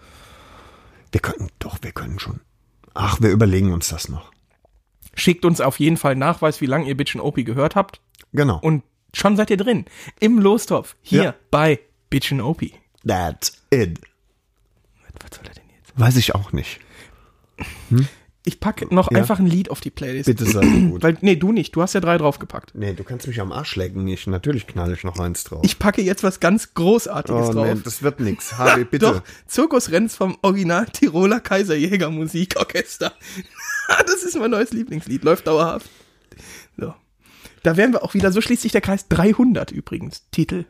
S3: Wir können, doch, wir können schon. Ach, wir überlegen uns das noch.
S2: Schickt uns auf jeden Fall Nachweis, wie lange ihr Bitchin' Opie gehört habt.
S3: Genau.
S2: Und schon seid ihr drin. Im Lostopf. Hier
S3: Ja.
S2: bei Bitchin' Opie.
S3: that's it.
S2: Was soll er denn jetzt?
S3: Weiß ich auch nicht.
S2: Ich packe noch einfach ein Lied auf die Playlist.
S3: Bitte sei so gut.
S2: Weil, nee, du nicht. Du hast ja drei draufgepackt.
S3: nee, du kannst mich am Arsch lecken. Ich, natürlich knall ich noch eins drauf.
S2: Ich packe jetzt was ganz Großartiges
S3: oh,
S2: drauf.
S3: nee, das wird nix. Harvey,
S2: Doch,
S3: bitte.
S2: Zirkusrenz vom Original Tiroler Kaiserjäger Musikorchester. das ist mein neues Lieblingslied, läuft dauerhaft. So. Da wären wir auch wieder, so schließt sich der Kreis 300 übrigens, Titel.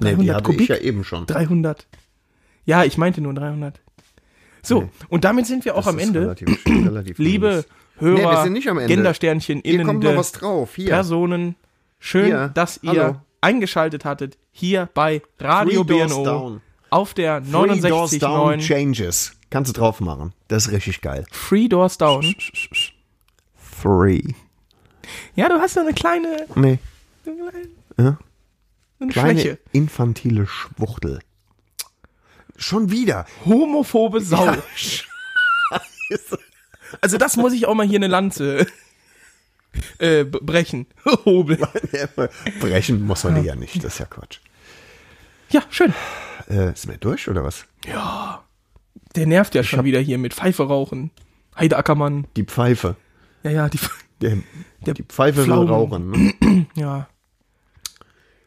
S3: nee,
S2: 300
S3: die hatte
S2: Kubik,
S3: ich ja eben schon.
S2: 300. Ja, ich meinte nur 300. So, und damit sind wir auch am
S3: Das ist
S2: Ende.
S3: Relativ, relativ
S2: Liebe
S3: wir
S2: Hörer,
S3: sind nicht am Ende.
S2: Gendersternchen,
S3: Hier kommt noch
S2: innende
S3: was drauf. Hier.
S2: Personen, schön,
S3: Hier.
S2: dass ihr
S3: Hallo.
S2: eingeschaltet hattet, hier bei Radio
S3: Three Doors
S2: BNO.
S3: Down.
S2: Auf der
S3: Three Doors
S2: 69.9
S3: Down Changes. Kannst du drauf machen. Das ist richtig geil.
S2: Three Doors Down.
S3: Three.
S2: Ja, du hast so eine kleine,
S3: Nee.
S2: so eine
S3: Kleine
S2: Schwäche.
S3: infantile Schwuchtel. Schon wieder.
S2: Homophobe Sau. Also das muss ich auch mal hier eine Lanze äh, b- brechen. Hobel.
S3: Brechen muss man die ja nicht, das ist ja Quatsch.
S2: Ja, schön.
S3: Äh, sind wir durch oder was?
S2: Der nervt ja schon wieder hier mit Pfeife rauchen. Heide Ackermann.
S3: Die Pfeife.
S2: Ja, ja, die,
S3: Der,
S2: der
S3: die Pfeife
S2: Pflaumen.
S3: will rauchen. Ne?
S2: Ja.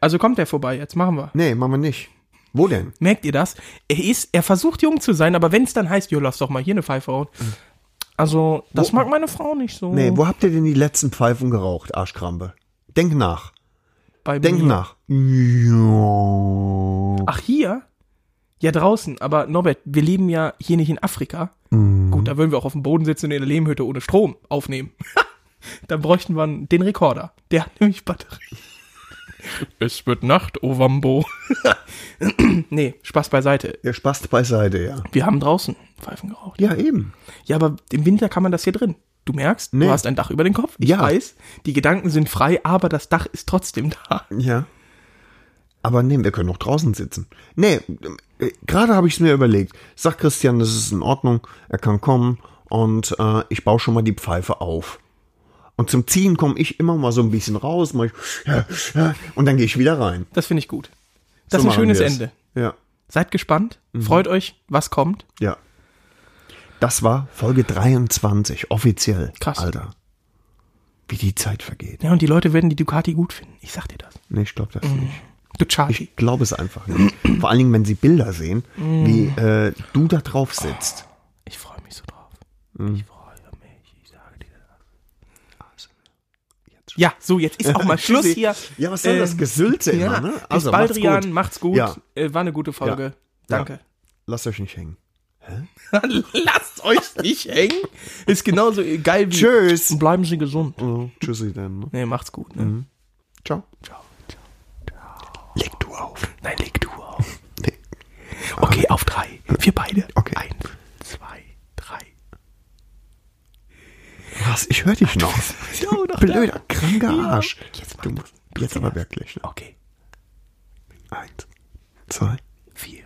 S2: Also kommt er vorbei, jetzt machen wir.
S3: Nee, machen wir nicht. Wo denn?
S2: Merkt ihr das? Er ist, er versucht jung zu sein, aber wenn es dann heißt, jo, lass doch mal hier eine Pfeife rauchen. Also,
S3: Oh.
S2: das mag meine Frau nicht so.
S3: Nee, wo habt ihr denn die letzten Pfeifen geraucht, Arschkrampe? Denk nach.
S2: Bei
S3: Denk
S2: mir.
S3: nach. Ja.
S2: Ach, hier? Ja, draußen. Aber Norbert, wir leben ja hier nicht in Afrika.
S3: Mhm.
S2: Gut, da würden wir auch auf dem Boden sitzen und in der Lehmhütte ohne Strom aufnehmen. Dann bräuchten wir den Rekorder. Der hat nämlich Batterie. es wird Nacht, O Wambo. nee, Spaß beiseite.
S3: Der Spaß beiseite, ja.
S2: Wir haben draußen Pfeifen geraucht.
S3: Ja, eben.
S2: Ja, aber im Winter kann man das hier drin. Du merkst,
S3: Nee.
S2: du hast ein Dach über den Kopf. Ich
S3: Ja.
S2: weiß, die Gedanken sind frei, aber das Dach ist trotzdem da.
S3: Ja. Aber nee, wir können auch draußen sitzen. Nee, äh, gerade habe ich es mir überlegt. Sag Christian, das ist in Ordnung, er kann kommen und äh, ich baue schon mal die Pfeife auf. Und zum Ziehen komme ich immer mal so ein bisschen raus, mach ich, und dann gehe ich wieder rein.
S2: Das finde ich gut. Das
S3: So
S2: ist ein
S3: machen
S2: schönes
S3: wir's.
S2: Ende.
S3: Ja,
S2: Seid gespannt. Freut euch, was kommt.
S3: ja. Das war Folge 23, offiziell.
S2: Krass.
S3: Alter. Wie die Zeit vergeht.
S2: Ja, und die Leute werden die Ducati gut finden. Ich sag dir das.
S3: Nee, ich glaube das
S2: Mhm.
S3: nicht.
S2: Ducati.
S3: Ich glaube es einfach nicht. Vor allen Dingen, wenn sie Bilder sehen, wie äh, du da drauf sitzt.
S2: Ich freue mich so drauf.
S3: Mhm.
S2: Ich freue mich. Ich sage dir das. Ja, so, jetzt ist auch mal Schluss hier. Ähm,
S3: Ja, was soll das Gesülze
S2: Ja,
S3: immer, ne?
S2: also,
S3: macht's
S2: Baldrian,
S3: gut.
S2: macht's gut.
S3: Ja.
S2: Äh, war eine gute Folge.
S3: Ja.
S2: Danke.
S3: Lasst euch nicht hängen.
S2: Lasst euch nicht hängen. Ist genauso geil wie.
S3: Tschüss.
S2: Bleiben Sie gesund.
S3: Oh, tschüssi dann. Ne?
S2: Nee, macht's gut. Ne?
S3: Ciao.
S2: Ciao, ciao.
S3: Leg du auf.
S2: Nein, leg du auf.
S3: Nee.
S2: Okay, auf drei. Wir beide.
S3: Okay.
S2: Eins, zwei, drei.
S3: Was? Ich höre dich noch.
S2: Ja, oder?
S3: Blöder, kranker
S2: Ja.
S3: Arsch.
S2: Jetzt mach
S3: du
S2: das.
S3: musst jetzt aber wirklich. Ne?
S2: Okay,
S3: Eins, zwei.
S2: vier.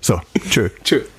S3: So, tschö.
S2: Tschüss.